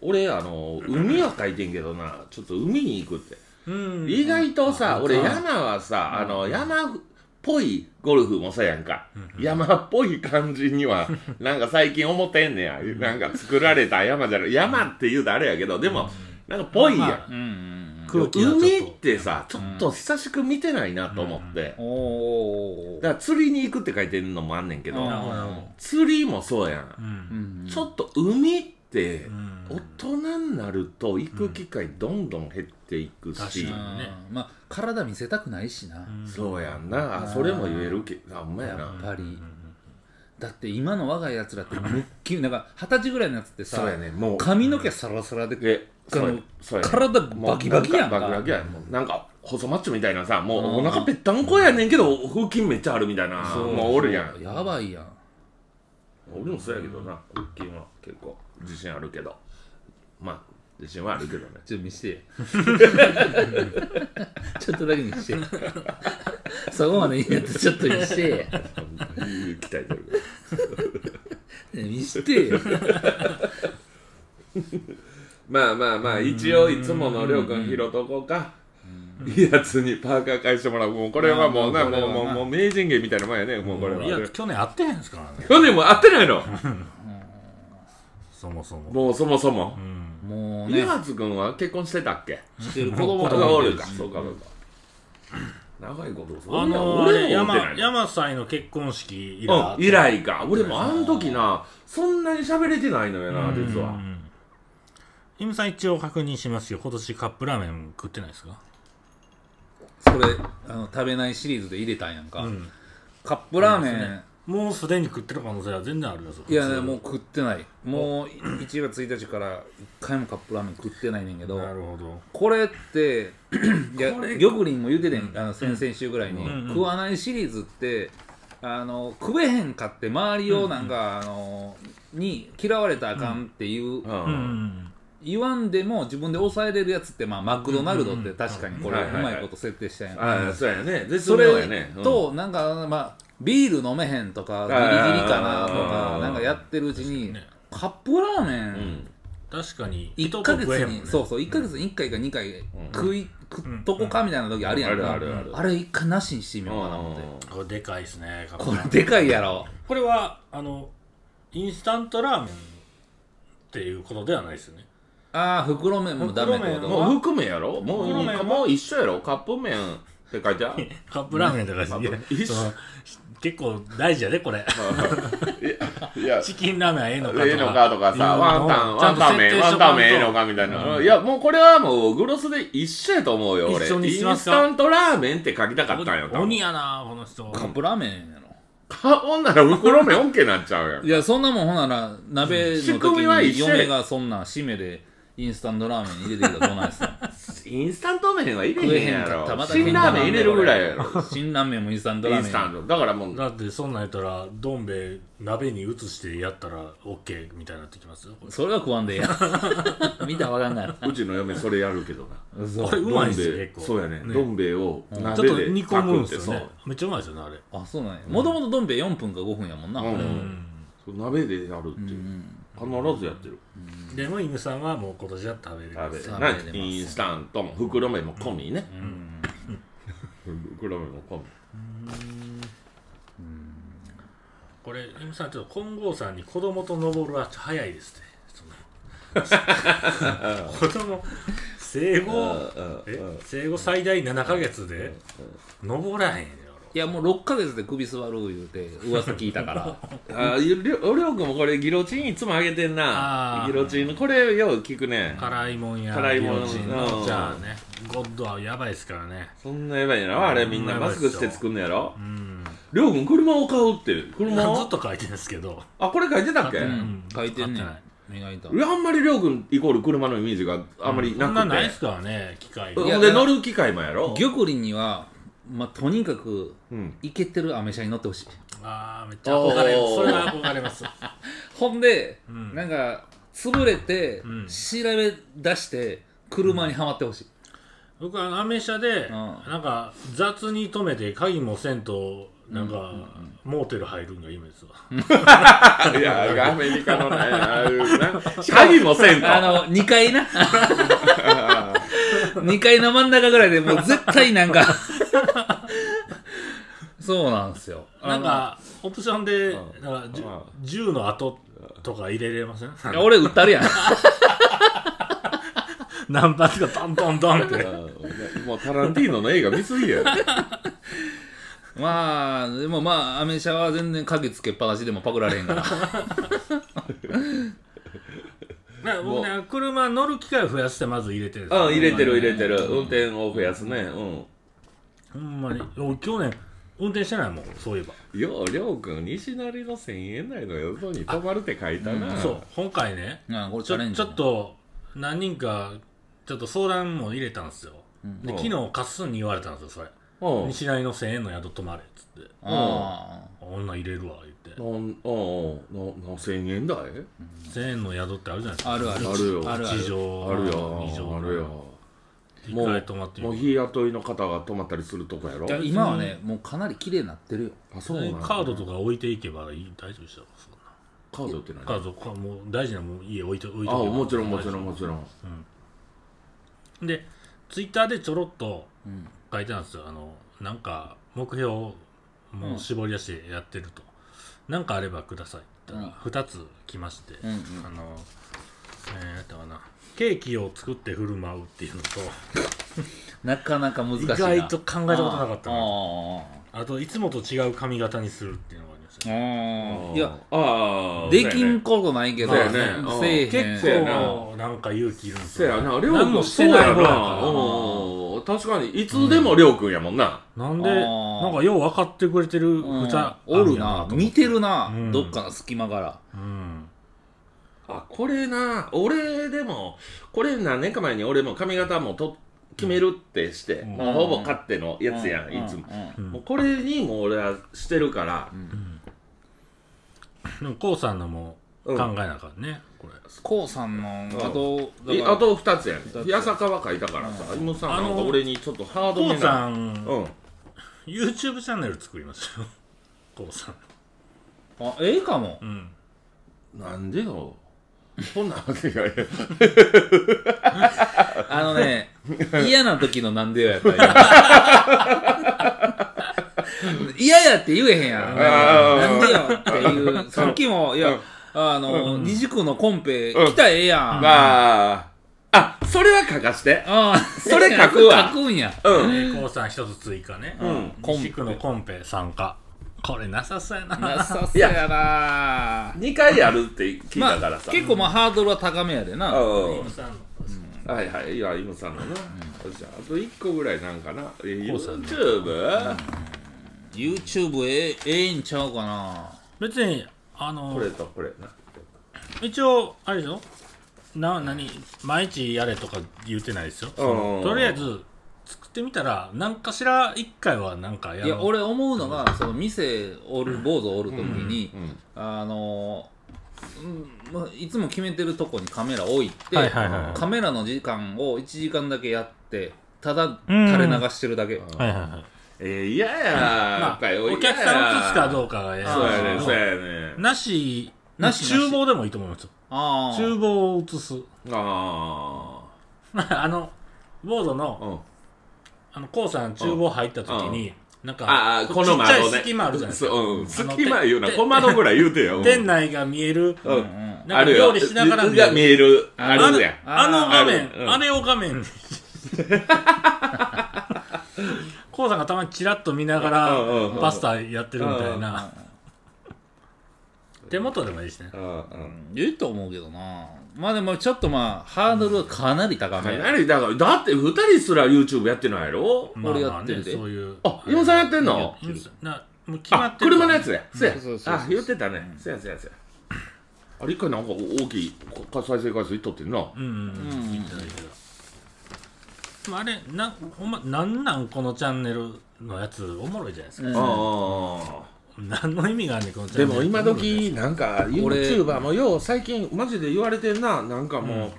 Speaker 3: 俺あの海は書いてんけどなちょっと海に行くって
Speaker 2: うん
Speaker 3: 意外とさ
Speaker 2: うん
Speaker 3: 俺山はさあの山っぽいゴルフもさやんか山っぽい感じに はなんか最近思ってんねやなんか作られた山じゃない山って言うとあれやけどでもなんかぽいやん、
Speaker 2: まあ
Speaker 1: あうんうん
Speaker 2: 空気がちょっと
Speaker 3: 海ってさちょっと久しく見てないなと思って、
Speaker 1: うんおー
Speaker 3: だから釣りに行くって書いてるのもあんねんけど、
Speaker 2: なるほどなるほど
Speaker 3: 釣りもそうや、
Speaker 2: うん
Speaker 1: うんん
Speaker 3: ちょっと海って
Speaker 2: うん
Speaker 3: 大人になると行く機会どんどん減っていくし、
Speaker 2: 確か
Speaker 1: うん
Speaker 2: ね
Speaker 1: まあ体見せたくないしな、
Speaker 2: うん
Speaker 3: そうやんなあそれも言えるけどあほんまやな、
Speaker 1: やっぱりだって今の若いやつらってむっきりなんか二十歳ぐらいのやつってさ
Speaker 3: そうやねもう
Speaker 1: 髪の毛サラサラで
Speaker 3: えそうや
Speaker 1: あの
Speaker 3: そうやね
Speaker 1: 体
Speaker 3: もう
Speaker 1: バキバキやんか
Speaker 3: バキバキやんもうなんか細マッチョみたいなさもうお腹ぺったんこやねんけど腹筋めっちゃあるみたいなもうおるやん
Speaker 1: やばいやん
Speaker 3: 俺もそうやけどな腹筋は結構自信あるけどまあ自信はあるけどね
Speaker 1: ちょっと見して ちょっとだけ見してそこまでいいやつちょっと見 して
Speaker 3: いい期待する
Speaker 1: 見してよ
Speaker 3: まあまあまあ一応いつものりょうくん拾っとこうかいいやつにパーカー返してもらうもうこれはもうな
Speaker 1: うん
Speaker 3: もうもう
Speaker 1: これはな
Speaker 3: もう名人芸みたいなもんやねもうこれはい
Speaker 2: や去年会ってへんですからね
Speaker 3: 去年も会ってないの
Speaker 2: そもそも
Speaker 3: もうそもそも
Speaker 2: うん
Speaker 1: もう
Speaker 3: り
Speaker 1: ね
Speaker 3: はつくんは結婚してたっけ
Speaker 1: してる
Speaker 3: 子供とかおるか
Speaker 1: うん
Speaker 3: そうかそうか長いことそ
Speaker 2: あ
Speaker 3: んな
Speaker 2: のー、あ
Speaker 3: 俺も
Speaker 2: れ
Speaker 3: 会って
Speaker 2: 山
Speaker 3: ない
Speaker 2: 山さんの結婚式以来
Speaker 3: うん以来か俺もあの時なそんなに喋れてないのよな実は
Speaker 2: イムさん一応確認しますよ今年カップラーメン食ってないですか
Speaker 1: それあの食べないシリーズで入れたんやんか、
Speaker 2: うん
Speaker 1: カップラーメン、
Speaker 2: もうすでに食ってる可能性は全然あるよそこ
Speaker 1: いやねもう食ってないもう1月1日から1回もカップラーメン食ってないねんけど
Speaker 2: なるほど
Speaker 1: これっていや玉林も言うててんあの先々週ぐらいに、
Speaker 2: うんうん
Speaker 1: 食わないシリーズってあの食えへんかって周りをなんか、あのに嫌われたらあかんっていう、
Speaker 3: うん
Speaker 2: うんうん
Speaker 1: 言わんでも自分で抑えれるやつって、まあ、マクドナルドって確かにこれ
Speaker 3: うん
Speaker 1: う
Speaker 3: うんうん
Speaker 1: まいこと設定したやん、
Speaker 3: ああそうやねで
Speaker 1: そ
Speaker 3: それ
Speaker 1: れ
Speaker 3: やねうん
Speaker 1: となんかまあビール飲めへんとかギリギリかなと
Speaker 3: あ
Speaker 1: か
Speaker 3: ー
Speaker 1: なんかやってるうちに
Speaker 2: ね
Speaker 1: カップラーメ
Speaker 3: う
Speaker 1: ン
Speaker 3: ん
Speaker 2: 確かに
Speaker 1: 1ヶ月
Speaker 2: 一食えへんもん
Speaker 1: に
Speaker 2: ね
Speaker 1: そうそう1ヶ月に1回か2回食い食っとこかみたいな時あるやんか
Speaker 3: あるあるある
Speaker 1: あれ1回なしにしてみようかな思って
Speaker 3: う
Speaker 2: これでかいですねカップ
Speaker 1: こ
Speaker 2: ラー
Speaker 1: れ
Speaker 2: メ
Speaker 1: で
Speaker 2: ン
Speaker 1: かいやろ
Speaker 2: これはあのインスタントラーメンっていうことではないですよね
Speaker 1: ああ袋麺もダメってこ
Speaker 2: 袋
Speaker 1: と
Speaker 2: 麺は
Speaker 3: もう含めやろも
Speaker 2: 袋麺は
Speaker 3: うもう一緒やろカップ麺って書いてある
Speaker 2: カップラーメンとかですね
Speaker 3: いや
Speaker 2: その結構大事やでこれ
Speaker 3: いや
Speaker 2: チキンラーメンはええのかとか
Speaker 3: ええのかとかさワンタンワンタン麺ワンタン麺ええの
Speaker 2: か
Speaker 3: かみたいな、いやもうこれはもうグロスで一緒やと思うよ俺
Speaker 2: 一緒にし
Speaker 3: イン
Speaker 2: ま
Speaker 3: ス
Speaker 2: すか
Speaker 3: タントラーメンって書きたかったんよ多分
Speaker 2: 鬼やなこの人
Speaker 1: カップラーメンやろ
Speaker 3: か ほんなら袋麺オッケーなっちゃうやん
Speaker 1: いやそんなもんほんなら鍋の
Speaker 3: 仕
Speaker 1: 時
Speaker 3: 組みは
Speaker 1: に
Speaker 3: 一緒や
Speaker 1: 嫁がそんな締めでインスタントラーメン入れてきたらどないすんの
Speaker 3: インスタント麺は入
Speaker 1: 食
Speaker 3: れ
Speaker 1: えへ
Speaker 3: へん
Speaker 1: ん
Speaker 3: や
Speaker 1: かったま
Speaker 3: ろ
Speaker 1: た
Speaker 3: 辛ラーメン入れるぐらいやろ
Speaker 1: 辛ラーメンもインスタント
Speaker 3: イ
Speaker 1: ラー
Speaker 3: ン
Speaker 1: メン
Speaker 3: スタントだからもう
Speaker 2: だってそんなんやったらどん兵衛鍋に移してやったら OK みたいになってきますよこれ
Speaker 1: それは食わんでええ やん見たらわかんないう
Speaker 3: ちの嫁それやるけどな
Speaker 2: あれうまいですよ結構
Speaker 3: そうやねどん兵衛を
Speaker 2: ちょっ
Speaker 3: 鍋
Speaker 2: と
Speaker 3: で
Speaker 2: 煮込むんですよ
Speaker 3: そう
Speaker 2: ねめっちゃうまいですよねあれ
Speaker 1: あそうなんやもともとどん兵衛4分か5分やもんな、
Speaker 3: うん
Speaker 1: あれ
Speaker 3: そう鍋でやるっていう必ずやってる
Speaker 2: でもイムさんはもう今年は食べれます
Speaker 1: 食べ
Speaker 3: な
Speaker 1: れます
Speaker 3: インスタントも袋麺も込みね袋麺も込み
Speaker 2: これイムさんちょっと金剛さんに子供と登るは早いですってその 子供生後え生後最大7ヶ月で登らへんや
Speaker 1: いやもう6ヶ月で首座る言うて噂聞いたから
Speaker 3: ありょりょうくんもこれギロチンいつもあげてんな
Speaker 2: あー
Speaker 3: ギロチンこれよう聞くね
Speaker 2: ろ辛いもんや
Speaker 3: 辛いもん
Speaker 2: 幼稚園
Speaker 3: うん
Speaker 2: のじゃあねゴッドはやばいですからね
Speaker 3: そんなやばいやろあれみんな
Speaker 2: うん
Speaker 3: マスクして作んのやろ
Speaker 2: うん
Speaker 3: りょうくん車を買うって
Speaker 2: ず
Speaker 3: 車を
Speaker 2: っと書いてるんですけど
Speaker 3: あこれ書いてたっけ
Speaker 2: う
Speaker 1: うんん書いてんね
Speaker 2: 合って
Speaker 1: ん磨いた
Speaker 3: 俺あんまりりょうくんイコール車のイメージがあんまりな
Speaker 2: そ
Speaker 3: く
Speaker 2: ん
Speaker 3: て
Speaker 2: なないですからね機械
Speaker 3: ほ
Speaker 1: いや
Speaker 3: んで乗る機会もやろ
Speaker 1: 玉林には、まあ、とにかく
Speaker 3: うん
Speaker 1: イケてるアメ車に乗ってほしい
Speaker 2: ああめっちゃ憧れ
Speaker 3: おー
Speaker 2: それは憧れます
Speaker 1: ほんで、
Speaker 2: うん
Speaker 1: なんか潰れて、
Speaker 2: ん
Speaker 1: 調べ出して車にはまってほしい。
Speaker 2: 僕はあのアメ車で、
Speaker 1: ん
Speaker 2: なんか雑に止めて鍵もせんとなんか、モーテル入るんが夢ですわ
Speaker 3: いや、アメリカのね、ああいうな、鍵もせんと。
Speaker 1: あの、2階 な。2階の真ん中ぐらいでもう絶対なん か。そうなんですよ。あの
Speaker 2: なん、かオプションで
Speaker 3: うん
Speaker 2: なんかじゅ
Speaker 3: うん
Speaker 2: 銃の跡とか入れれません
Speaker 1: いや俺撃ったるやん。
Speaker 2: 何発かトントントン って
Speaker 3: うんもうタランティーノの映画見すぎや。
Speaker 1: まあ、でもまあ、アメ車は全然鍵つけっぱなしでもパクられへんから。
Speaker 2: なんか僕ね車乗る機会を増やしてまず入れてるんですよ
Speaker 3: うん、入れてる入れてる。運転を増やすね。うん。
Speaker 2: ほんまに俺去年運転してないもんそういえば、
Speaker 3: よう、りょうくん、西成の1000円台の予想に泊まるって書いたな。
Speaker 2: そう今回ね
Speaker 1: あこれ
Speaker 2: ち
Speaker 1: チャレン
Speaker 2: ょ
Speaker 1: ジ。
Speaker 2: ちょっ。と何人かちょっと相談も入れたんですよ、で
Speaker 3: うん
Speaker 2: 昨日カッスンに言われたんですよそれ
Speaker 3: うん。
Speaker 2: 西成の1000円の宿泊まれっつって
Speaker 1: あ
Speaker 2: 「女入れるわ」言って
Speaker 3: なん、うん、うんな、な、千円台
Speaker 2: 1000円の宿ってあるじゃないです
Speaker 1: あ。
Speaker 2: か
Speaker 1: あるある。
Speaker 3: あるよ
Speaker 1: あるあ
Speaker 2: 1
Speaker 1: る。
Speaker 2: 畳
Speaker 3: あるよ
Speaker 2: 2。畳
Speaker 3: あるよ。
Speaker 2: 一
Speaker 3: も
Speaker 2: 回
Speaker 3: う
Speaker 2: 泊まって、
Speaker 3: もう
Speaker 2: み
Speaker 3: 日雇いの方が泊まったりするとこやろ
Speaker 1: いや今はね、もうかなり綺麗になってるよ。
Speaker 3: あ、そうなんだ
Speaker 2: カードとか置いていけばいい大丈夫でしょそんな
Speaker 3: カードって何
Speaker 2: カードこもう大事なもん家置いて置いて
Speaker 3: あ、
Speaker 2: おけば
Speaker 3: もちろんもちろんもちろん。
Speaker 2: でツイッターでちょろっと
Speaker 1: うん。
Speaker 2: 書いてたんですよあのなんか目標をもう絞り出してやってると、なんかあればくださいって言ったら2つ来まして、
Speaker 1: うんうん
Speaker 2: あのえー、あったかなケーキを作って振る舞うっていうのと
Speaker 1: なかなか難しい
Speaker 2: 意
Speaker 1: な。
Speaker 2: 外と考えたことなかった
Speaker 1: あ
Speaker 2: な
Speaker 1: ー
Speaker 2: あといつもと違う髪型にするっていうのがありまし
Speaker 1: あ
Speaker 2: たね
Speaker 1: ー。いや、、
Speaker 3: ああ、
Speaker 1: できんことないけど、
Speaker 3: そう
Speaker 1: せ
Speaker 3: やねうん
Speaker 1: えへん。
Speaker 2: 結
Speaker 3: そうやな
Speaker 2: 構なんか勇気いるんです
Speaker 3: せや
Speaker 2: よ、
Speaker 3: な、りょう
Speaker 2: 何
Speaker 3: く
Speaker 2: も
Speaker 3: ん、
Speaker 2: し
Speaker 3: そう
Speaker 2: てない
Speaker 3: や
Speaker 2: 方やから
Speaker 3: な。うん。確かに、いつでもりょうくんやもんな。
Speaker 2: なんで
Speaker 1: あー
Speaker 2: なんかよう分かってくれてる
Speaker 1: うん
Speaker 2: 歌、
Speaker 1: おるな見てるな、
Speaker 2: うん
Speaker 1: どっかの隙間から
Speaker 2: うん
Speaker 3: あ、これな、俺でも、これ何年か前に俺も髪型もと決めるってして、
Speaker 2: うん
Speaker 3: もうほぼ勝手のやつやん、
Speaker 1: う
Speaker 3: いつも。
Speaker 1: う
Speaker 2: うん
Speaker 3: もうこれにも俺はしてるから、
Speaker 2: でもこうさんのも考えなあかんね、これ
Speaker 1: こうさんのあと
Speaker 3: え
Speaker 1: だから
Speaker 3: あと2つやね
Speaker 1: 二
Speaker 3: ん。
Speaker 1: つ
Speaker 3: 八坂は書いたからさ、イムさんなんか俺にちょっとハード
Speaker 2: こ
Speaker 3: め
Speaker 2: うさ
Speaker 3: な。
Speaker 2: ん、
Speaker 3: うん。
Speaker 2: YouTube チャンネル作りま したよこうさん
Speaker 1: あええかも
Speaker 2: うん
Speaker 3: なんでよ。そんなわけがいや
Speaker 1: あのね嫌な時のなんでよやっ ぱり嫌やって言えへんやんなんでよっていうさっきもいやあの二軸のコンペ
Speaker 3: うん
Speaker 1: 来たらええやんあ
Speaker 3: まあ、あ、それは書かして。
Speaker 1: あ
Speaker 3: それ書くわ
Speaker 1: 書くんや
Speaker 3: うん。
Speaker 2: こうさん一つ追加ね、
Speaker 3: うん
Speaker 1: コンペ
Speaker 2: 西区のコンペ参加これなさそうやな
Speaker 1: なさそうやな
Speaker 3: 2回あるって聞い
Speaker 1: ま
Speaker 3: たから
Speaker 1: あ
Speaker 3: さ。
Speaker 1: 結構まあハードルは高めやでな
Speaker 3: うん
Speaker 2: さんの
Speaker 3: はいはい、いや、イムさんのな。よっしゃあと1個ぐらいなんかな。え
Speaker 2: こうさんの
Speaker 3: YouTube?
Speaker 1: YouTube ええええんちゃうかな
Speaker 2: 別にあの
Speaker 3: これとこれな。
Speaker 2: 一応あれでしょな何毎日やれとか言ってないですよそ
Speaker 3: うん
Speaker 2: のとりあえず作ってみたら何かしら一回は何かやろう
Speaker 1: いや俺思うのがその店おる坊主おる時に、
Speaker 3: うん。
Speaker 1: あのうんまあ、いつも決めてるとこにカメラ置いて、
Speaker 2: はいはいはいはい
Speaker 1: カメラの時間を1時間だけやってただ
Speaker 2: うん
Speaker 1: 垂れ流してるだけ、
Speaker 2: はいはいはい
Speaker 3: えー、嫌やや
Speaker 2: まあ
Speaker 3: っぱり
Speaker 2: お客さん映すかど
Speaker 3: う
Speaker 2: うかがええ
Speaker 3: そうやね、
Speaker 1: あー
Speaker 3: そうやね。
Speaker 2: なし
Speaker 1: なし
Speaker 2: 厨房でもいいと思いますよ
Speaker 1: ああ
Speaker 2: 厨房を映す
Speaker 3: あ
Speaker 2: あのボード
Speaker 3: あ。
Speaker 2: の
Speaker 3: うん。
Speaker 2: あのコウさん厨房入った時になん
Speaker 3: あ
Speaker 2: か
Speaker 3: あ、この窓ね。
Speaker 2: ちっちゃい隙間あるじゃないですか
Speaker 3: そううん。
Speaker 2: の
Speaker 3: 隙間言うな。
Speaker 2: て
Speaker 3: 小窓ぐらい言うてよ。
Speaker 2: 店内が見える
Speaker 3: うん。う。
Speaker 1: うんん
Speaker 2: な
Speaker 3: あ
Speaker 2: んか
Speaker 3: る
Speaker 2: 料
Speaker 3: よ。
Speaker 2: 理しながら見
Speaker 3: が見
Speaker 2: える
Speaker 3: える。
Speaker 1: あ
Speaker 3: あ
Speaker 1: る
Speaker 3: るやん。
Speaker 2: あの画面
Speaker 3: あるうん
Speaker 2: あれを画面に コウさんがたまにチラッと見なが
Speaker 3: うんうんう
Speaker 2: ら
Speaker 3: ん
Speaker 2: パスタやってるみたいな手元でもいいしね
Speaker 3: うんうん。
Speaker 1: 言うと思うけどなまあでもちょっとまあハードルはかなり高め、
Speaker 3: 何だから、だって二人すら YouTube やってないやろ
Speaker 2: まあ
Speaker 1: 俺
Speaker 2: ま
Speaker 1: や
Speaker 2: あ
Speaker 1: って
Speaker 2: ね
Speaker 1: るで
Speaker 2: そういう
Speaker 3: あ、今さんやってんの
Speaker 2: うんなもう決ま
Speaker 3: あ
Speaker 2: っ、てる
Speaker 3: 車のやつや。そうや
Speaker 1: そうそうそう。そう
Speaker 3: あ、言ってたね。そうやそうやそうや。あれ一回なんか大きいこ再生回数いっとってんな。
Speaker 2: うんうんうんいただいたでもあれなほんまなんなんこのチャンネルのやつおもろいじゃないですか、
Speaker 1: うん
Speaker 3: あ
Speaker 2: 何の意味があんねんこのチ
Speaker 3: あ。
Speaker 2: ャ
Speaker 3: で
Speaker 2: ンネル
Speaker 3: も今時なんか
Speaker 1: 俺
Speaker 3: YouTuber もよう最近マジで言われてんな。なんかもう、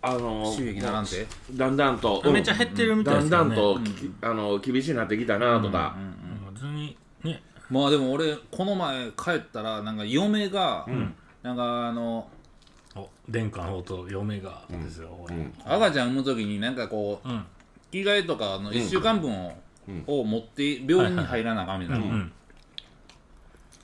Speaker 3: あの
Speaker 1: 収益ならんて
Speaker 3: だんだんと、うん
Speaker 2: めっちゃ減ってるみたい
Speaker 3: だ
Speaker 2: で
Speaker 3: ん
Speaker 2: すけ
Speaker 3: だ
Speaker 2: ど
Speaker 3: ん
Speaker 2: ね
Speaker 3: と、きあの厳しいなってきたなとか、
Speaker 2: うん別にね
Speaker 1: まあでも俺この前帰ったらなんか嫁が、なんかあの
Speaker 2: お殿下の方と嫁がですよ、これうん
Speaker 1: 赤ちゃん産む時になんかこう着替えとかの1週間分を,、
Speaker 3: うん
Speaker 1: を持って病院に入らなあかんみたいな、
Speaker 2: うん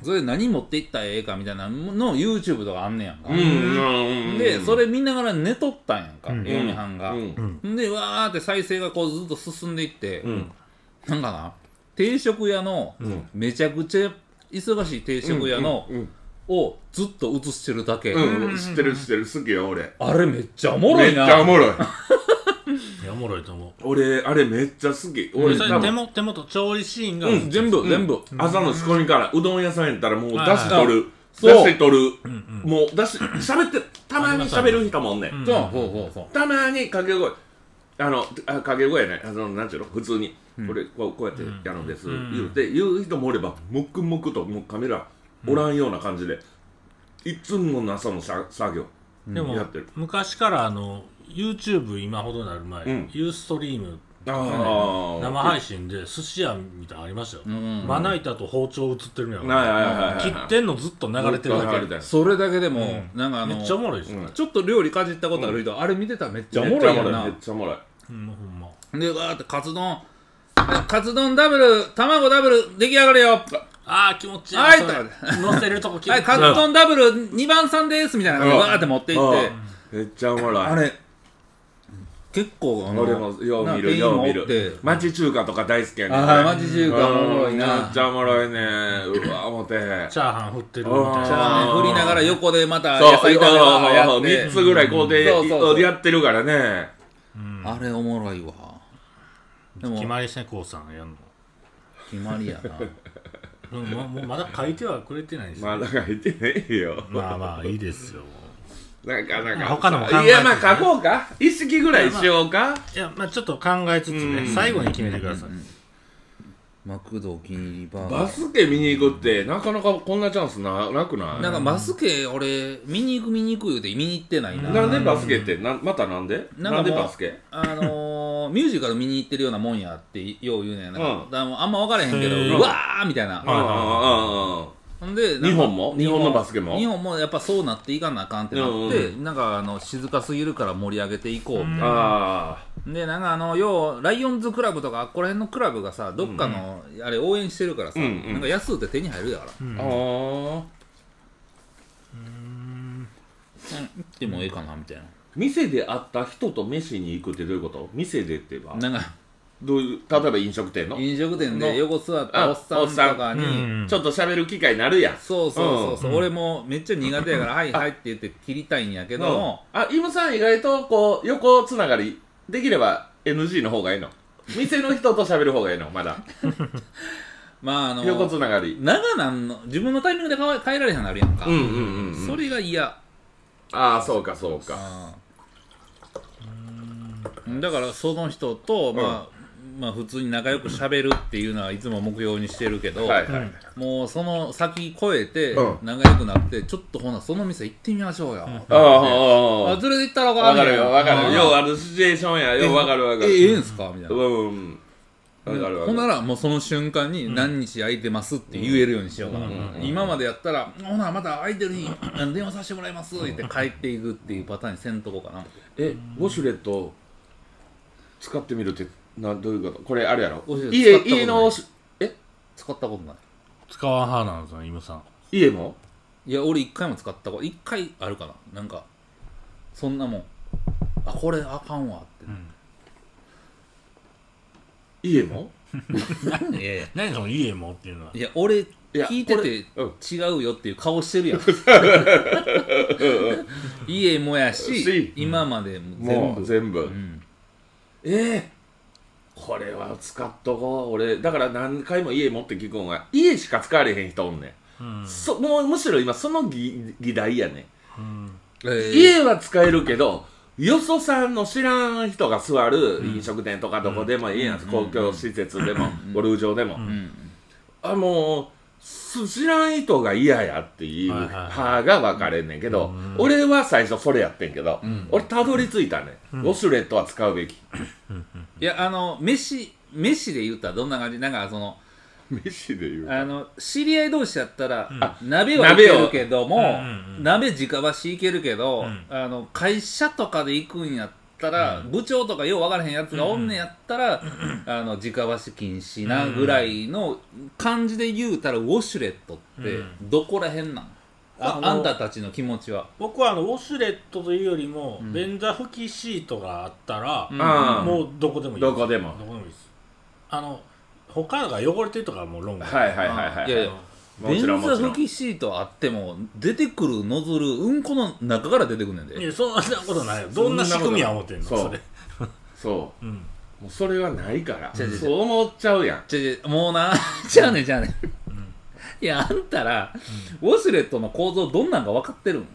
Speaker 1: それで何持っていったらええかみたいなのを YouTube とかあんねやんか、
Speaker 3: うんうんうん
Speaker 1: でそれ見ながら寝とったんやんか、
Speaker 2: うん
Speaker 1: 嫁はんが、
Speaker 3: うん
Speaker 1: でわーって再生がこうずっと進んでいって、
Speaker 3: うん
Speaker 1: なんかな定食屋の、
Speaker 3: ん
Speaker 1: めちゃくちゃ忙しい定食屋の、
Speaker 3: うん
Speaker 1: をずっと映してるだけ、
Speaker 3: うんうん知ってる知ってる好きよ俺
Speaker 1: あれめっちゃおもろ
Speaker 3: めっ
Speaker 1: い
Speaker 3: ちゃお
Speaker 1: な
Speaker 3: もろい
Speaker 2: いやおもろいと思う
Speaker 3: 俺あれめっちゃ好き
Speaker 2: これ
Speaker 3: 俺
Speaker 2: それ
Speaker 3: 多
Speaker 2: 手
Speaker 3: 分
Speaker 2: 元手元調理シーンが、
Speaker 3: うん
Speaker 1: 全部、全部
Speaker 3: 朝の仕込みからうどん屋さんやったらもう
Speaker 2: はい
Speaker 3: だ
Speaker 2: はい
Speaker 3: し取る
Speaker 1: そう
Speaker 3: だし取るもうだし喋ってたまに喋る人もおんねん
Speaker 1: そうそうそうそう
Speaker 3: たまに掛け声あのあ掛け声ねあのなんちゅうの普通に、これこうこうやってやるんです、言うて言う人もおれば黙々ともうカメラおらんような感じで、いつもの朝のさ作業
Speaker 2: でも
Speaker 3: やってる
Speaker 2: 昔からあの YouTube 今ほどなる前、
Speaker 3: ん
Speaker 2: ユーストリーム
Speaker 3: あ
Speaker 2: 生配信で寿司屋みたいなのありましたよ、
Speaker 1: ん
Speaker 2: まな板と包丁映ってるやん、
Speaker 3: はいはいはいはい
Speaker 2: 切ってんのずっと流れてるだけ、
Speaker 3: 流れてる
Speaker 1: それだけでも、なんかあの
Speaker 2: めっちゃおもろいですよ、
Speaker 3: うん
Speaker 1: ちょっと料理かじったことある人、あれ見てたらめっちゃお
Speaker 3: め
Speaker 1: も
Speaker 3: っち
Speaker 1: ろ
Speaker 3: ゃお
Speaker 1: いや
Speaker 3: も
Speaker 1: ん
Speaker 3: ろいめっ
Speaker 1: な
Speaker 3: ちゃおもろい
Speaker 2: うん、ほんま
Speaker 1: でわーってカツ丼カツ丼ダブル卵ダブル出来上がるよ
Speaker 2: ああ気持ちいい
Speaker 1: はい
Speaker 2: それ乗せるとこ気持
Speaker 1: は
Speaker 2: ちい
Speaker 1: い
Speaker 2: い
Speaker 1: カツ丼ダブル2番さんですみたいな感じでわーって持っていって
Speaker 3: うんめっちゃおもろい
Speaker 1: あれ結構あの
Speaker 3: 俺もよう見
Speaker 1: な
Speaker 3: るよう見
Speaker 1: 店員もおって
Speaker 3: る町中華とか大好きやねん
Speaker 1: ああ
Speaker 3: 俺
Speaker 1: 町中華おもろい
Speaker 3: うん
Speaker 1: な
Speaker 3: めっちゃおもろいねうわ思て
Speaker 2: チャーハン振ってるみたい
Speaker 1: チャー
Speaker 2: な
Speaker 1: ハン振りながら横でまた
Speaker 3: そう、
Speaker 1: 野菜炒めがやって
Speaker 3: 3つぐらい工
Speaker 1: そ
Speaker 3: 程
Speaker 1: うそうそう
Speaker 3: やってるからね。
Speaker 1: あれおもろいわでも
Speaker 2: 決まりですねこうさんやんの
Speaker 1: 決まりや な
Speaker 2: うんまもうまだ書いてはくれてないですね
Speaker 3: まあ、だから言ってねえよ。
Speaker 2: まあまあいいですよ
Speaker 3: なかなか。
Speaker 2: 他のも考えてね
Speaker 3: いや、まあ書こうか。一式ぐらいしようか。
Speaker 2: いやまあちょっと考えつつね最後に決めてください
Speaker 1: マクドお気に入りバーガー
Speaker 3: バスケ見に行くって、なかなかこんなチャンスななくない
Speaker 1: なんかバスケ俺見に行く見に行く言うて見に行ってないな
Speaker 3: なんでバスケって、なまたなんで
Speaker 1: な
Speaker 3: なんん
Speaker 1: かもう
Speaker 3: でバスケ
Speaker 1: あのー、ミュージカル見に行ってるようなもんやってよう言うねんなんか
Speaker 3: うん
Speaker 1: だからもうあんま分からへんけど
Speaker 2: へー
Speaker 1: うわーみたいな
Speaker 3: ああ、ああ、
Speaker 1: ほんでなんか
Speaker 3: 日本も日本のバスケも
Speaker 1: 日本もやっぱそうなっていかなあかんってな
Speaker 3: うん
Speaker 1: っ
Speaker 3: う
Speaker 1: てなんかあの静かすぎるから盛り上げていこうみたいな
Speaker 3: ああ。あ
Speaker 1: でなんかあの要はライオンズクラブとかあっこら辺のクラブがさどっかの、あれ応援してるからさ、
Speaker 3: うんうん
Speaker 1: なんか安うて手に入るやから、うん
Speaker 3: あー。
Speaker 1: 行ってもええかなみたい
Speaker 3: 店で会った人と飯に行くってどういうこと店でってば
Speaker 1: ななんか
Speaker 3: どういう、例えば飲食店の
Speaker 1: 飲食店
Speaker 3: の
Speaker 1: で横座ったおっさんとかに、
Speaker 2: おっさんうん
Speaker 3: ちょっと喋る機会になるやん。
Speaker 1: そうそうそうそう、
Speaker 2: うん
Speaker 1: 俺もめっちゃ苦手やから「はいはい」って言って切りたいんやけども、
Speaker 3: あ、イムさん意外とこう、横つながり、できれば NG の方がいいの。店の人と喋る方がいいの、まだ。
Speaker 1: まああの
Speaker 3: 横つながり。
Speaker 1: 長なんの自分のタイミングで変わ変えられへんなるやんか、
Speaker 3: うんうんうん。
Speaker 1: それが嫌、
Speaker 3: ああ、そうかそうか。
Speaker 1: うん、だからその人と、まあまあ普通に仲良くしゃべるっていうのはいつも目標にしてるけど、
Speaker 3: はいはい。
Speaker 1: もうその先越えて
Speaker 3: うん
Speaker 1: 仲良くなって、ちょっとほなその店行ってみましょうよ、
Speaker 3: ああ、あ
Speaker 1: あ
Speaker 3: ああ
Speaker 1: 連れて行ったら
Speaker 3: あ
Speaker 1: 分
Speaker 3: わ
Speaker 1: か
Speaker 3: か
Speaker 1: る
Speaker 3: るよ、わかる。よう
Speaker 1: よ
Speaker 3: あるシチュエーションや。ようわかるわか
Speaker 1: ええええ
Speaker 3: る。
Speaker 1: んすかみたい
Speaker 3: うん
Speaker 1: な
Speaker 3: うん。わかるわ
Speaker 1: ほんな
Speaker 3: かる。
Speaker 1: らもうその瞬間に何日空いてますって言えるようにしようかな、今までやったらほなまた空いてる日あの電話させてもらいますって帰っていくっていうパターンにせんとこかな
Speaker 3: え、ウォシュレット使ってみるって、などういうことこれあるやろ
Speaker 1: ウォシュレ
Speaker 3: 家
Speaker 1: ット使ったことない
Speaker 3: 家のウォシュ、え
Speaker 1: 使ったことない
Speaker 2: 使わん派なんですよイムさん
Speaker 3: 家も
Speaker 1: いや俺一回も使ったこと一回あるかななんかそんなもんあこれあかんわって、
Speaker 3: 家も
Speaker 1: いやいや
Speaker 2: 何その家もっていうのはい
Speaker 1: や俺
Speaker 3: や
Speaker 1: 聞いてて
Speaker 3: こ
Speaker 1: 違うよっていう顔して るやん家もやし
Speaker 3: し
Speaker 1: 今までも全
Speaker 3: も
Speaker 1: 部
Speaker 3: う全部。
Speaker 1: うん
Speaker 3: ええこれは使っとこう俺だから何回も家持って聞くんが家しか使われへん人おんねん、そもうむしろ今その議議題やねん、
Speaker 1: えー
Speaker 3: 家は使えるけどよそさんの知らん人が座る飲食店とかどこでもいいやん、公共施設でも、ゴルフ場でも、
Speaker 1: うん
Speaker 3: あもう知らん人が嫌やっていう
Speaker 2: はいはい
Speaker 3: 派が分かれんねんけど、俺は最初それやってんけど、俺たどり着いたね、ウォシュレットは使うべき
Speaker 1: いやあの飯飯で言ったらどんな感じなんかその
Speaker 3: 飯で言う
Speaker 1: あの知り合い同士やったら、
Speaker 2: ん
Speaker 1: 鍋はいけるけども、
Speaker 2: 鍋をうんうんうん
Speaker 1: 鍋直箸いけるけど、
Speaker 2: ん
Speaker 1: あの会社とかで行くんやったら、部長とかよう分からへんやつがおんねんやったら、あの直箸禁止なぐらいの感じで言うたらウォシュレットって
Speaker 2: うん
Speaker 1: どこらへんなん、あ
Speaker 2: あの
Speaker 1: あんたたちの気持ちは。
Speaker 2: 僕はあのウォシュレットというよりも、便座拭きシートがあったら、
Speaker 1: うん
Speaker 3: ああ
Speaker 2: もうどこでもいい
Speaker 3: どこでも
Speaker 2: どこでもいいですあの他が汚れてるとかはもう論外
Speaker 3: はいはいはいは
Speaker 1: い
Speaker 3: い
Speaker 1: やいや
Speaker 3: も
Speaker 1: 便
Speaker 3: ち
Speaker 1: 座
Speaker 3: ろんもちろ
Speaker 1: 拭
Speaker 3: ん
Speaker 1: きシートあっても出てくるノズルうんこの中から出てくるねん
Speaker 2: い
Speaker 1: で
Speaker 2: やそんなことないよどんな仕組みや思ってんの
Speaker 3: そん
Speaker 2: そ
Speaker 3: なこと
Speaker 2: れ、
Speaker 3: そう
Speaker 2: ん、
Speaker 3: うもうそれはないから
Speaker 1: 違う違う違う
Speaker 3: そう思っちゃうやん
Speaker 1: ちょちょもうなじゃあねじゃあねいやあんたら、ウォシュレットの構造どんなんか分かってるん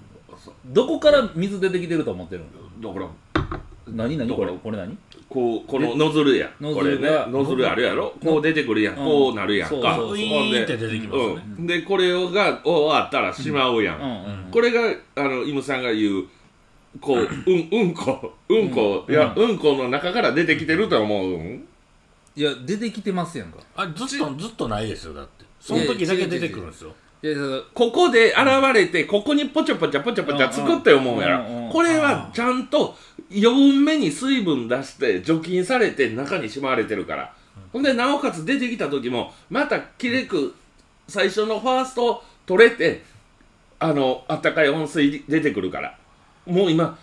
Speaker 3: そう
Speaker 1: どこから水出てきてると思ってるん
Speaker 3: だから
Speaker 1: 何何
Speaker 3: ど
Speaker 1: こ
Speaker 3: こ
Speaker 1: れこれ何
Speaker 3: こうこのノズルや
Speaker 1: ノ
Speaker 3: こ
Speaker 1: ズ
Speaker 3: れ
Speaker 1: ル
Speaker 3: ね
Speaker 1: が
Speaker 3: ノズルあるやろこう出てくるやん
Speaker 1: うん
Speaker 3: こうなるやん
Speaker 1: そう
Speaker 3: か
Speaker 1: そうそう
Speaker 3: ほん
Speaker 2: ウ
Speaker 3: で
Speaker 2: ィーンって出てきますね、
Speaker 3: うん、でこれをが終わったらしまうや、
Speaker 1: うんうんん
Speaker 3: これがあのイムさんが言うこううんうんこうんこ、
Speaker 1: うん
Speaker 3: いやうんこの中から出てきてると思うん
Speaker 1: いや出てきてますやんか
Speaker 2: あずっとずっとないですよだってその時だけ出てくるんですよ
Speaker 1: いやいやいや
Speaker 3: ここで現れてここにポチャポチャポチャポチャつくって思うや
Speaker 1: うんうんうん
Speaker 3: ろこれはちゃんと余分目に水分出して除菌されて中にしまわれてるからほんでなおかつ出てきた時もまたきれく最初のファースト取れてあのあったかい温水出てくるからもう今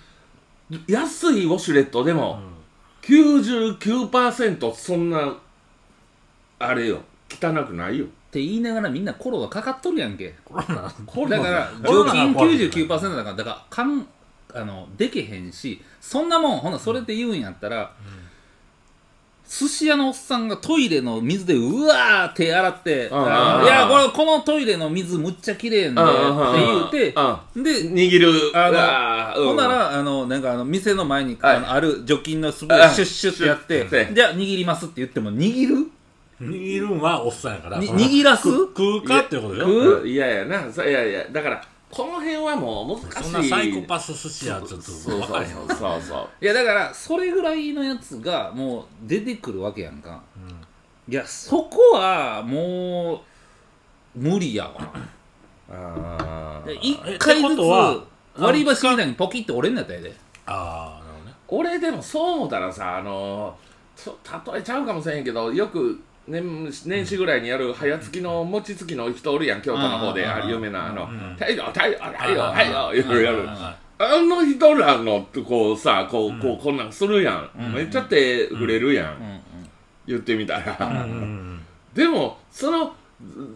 Speaker 3: 安いウォシュレットでも99%そんなあれよ汚くないよ
Speaker 1: って言いながらみんなコロナかかっとるやんけ
Speaker 2: コロナコロナ
Speaker 1: だから
Speaker 2: コロ
Speaker 1: 除
Speaker 2: ナ
Speaker 1: 菌
Speaker 2: が怖い
Speaker 1: 99%だからだからかんあのでけへんしそんなもんほなそれで言うんやったら、寿司屋のおっさんがトイレの水でうわー手洗って「
Speaker 3: うん
Speaker 1: あ
Speaker 3: う
Speaker 1: の
Speaker 3: ん
Speaker 1: いやこれこのトイレの水むっちゃ綺麗んで」って
Speaker 3: うん
Speaker 1: 言うてで
Speaker 3: 握る
Speaker 1: あの
Speaker 3: あーうん
Speaker 1: ほんならあのなんかあの店の前に
Speaker 3: はい
Speaker 1: あのある除菌のスプレ
Speaker 3: あ
Speaker 1: ーシュッシュッってやって
Speaker 3: シュッて
Speaker 1: 「じゃあ握ります」って言っても握る
Speaker 2: 握るんはおっさんやから
Speaker 1: に
Speaker 2: その
Speaker 1: 握らす
Speaker 2: 食うかっていうことでしょ
Speaker 3: うんいやいやなそいやいやだからこの辺はもう難しい
Speaker 2: そんなサイコパス寿司やちょっと
Speaker 3: そう
Speaker 2: 分
Speaker 3: そ
Speaker 2: か
Speaker 3: う
Speaker 2: れへん
Speaker 3: そうそうそう
Speaker 1: いやだからそれぐらいのやつがもう出てくるわけやんか、いやそこはもう無理やわ
Speaker 3: あー
Speaker 1: いや一回
Speaker 2: えっ
Speaker 1: ず
Speaker 2: て
Speaker 1: つ
Speaker 2: ことは
Speaker 1: 割り箸みたいにポキって折れんのやったらええで
Speaker 2: ああなるほどね
Speaker 3: 俺でもそう思ったらさあのー、と例えちゃうかもしれんけどよく年年始ぐらいにやる早つきの餅つきの人おるやん京都の方で
Speaker 1: うん
Speaker 3: あ有名なあの
Speaker 2: ん
Speaker 3: 「太陽太陽太陽
Speaker 2: うん
Speaker 3: 太陽」いろいろやる
Speaker 1: うん
Speaker 3: あの人らのこうさこうこうこんなんするやんめっちゃ手触れるや
Speaker 1: うんん
Speaker 3: 言ってみたら
Speaker 2: うんうん
Speaker 3: でもその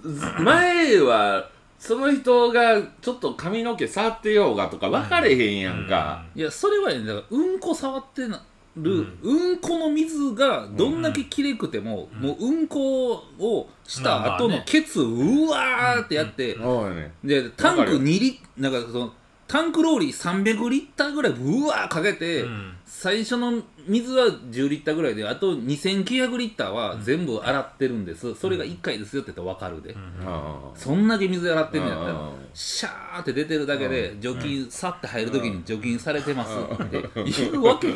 Speaker 3: ずず前はその人がちょっと髪の毛触ってようがとか分かれへんやんか、
Speaker 1: いやそれはええねんだからうんこ触ってなる、うん、この水がどんだけきれくても、もううんこをした後
Speaker 2: まあまあ
Speaker 1: の
Speaker 2: ね
Speaker 1: ケツうわーってやって、
Speaker 3: そうやね
Speaker 1: でタン
Speaker 3: わか
Speaker 1: ク
Speaker 3: る
Speaker 1: 2リなんかそのタンクローリー300リッターぐらいうわーかけて、
Speaker 2: うん
Speaker 1: 最初の水は10リッターぐらいであと2900リッターは全部洗ってるんです、それが1回ですよって言ったら分かるで、
Speaker 3: あ
Speaker 1: そんだけ水洗ってんのやったら、
Speaker 3: うん
Speaker 1: シャーって出てるだけで除菌さって入るときに除菌されてますって言うわけ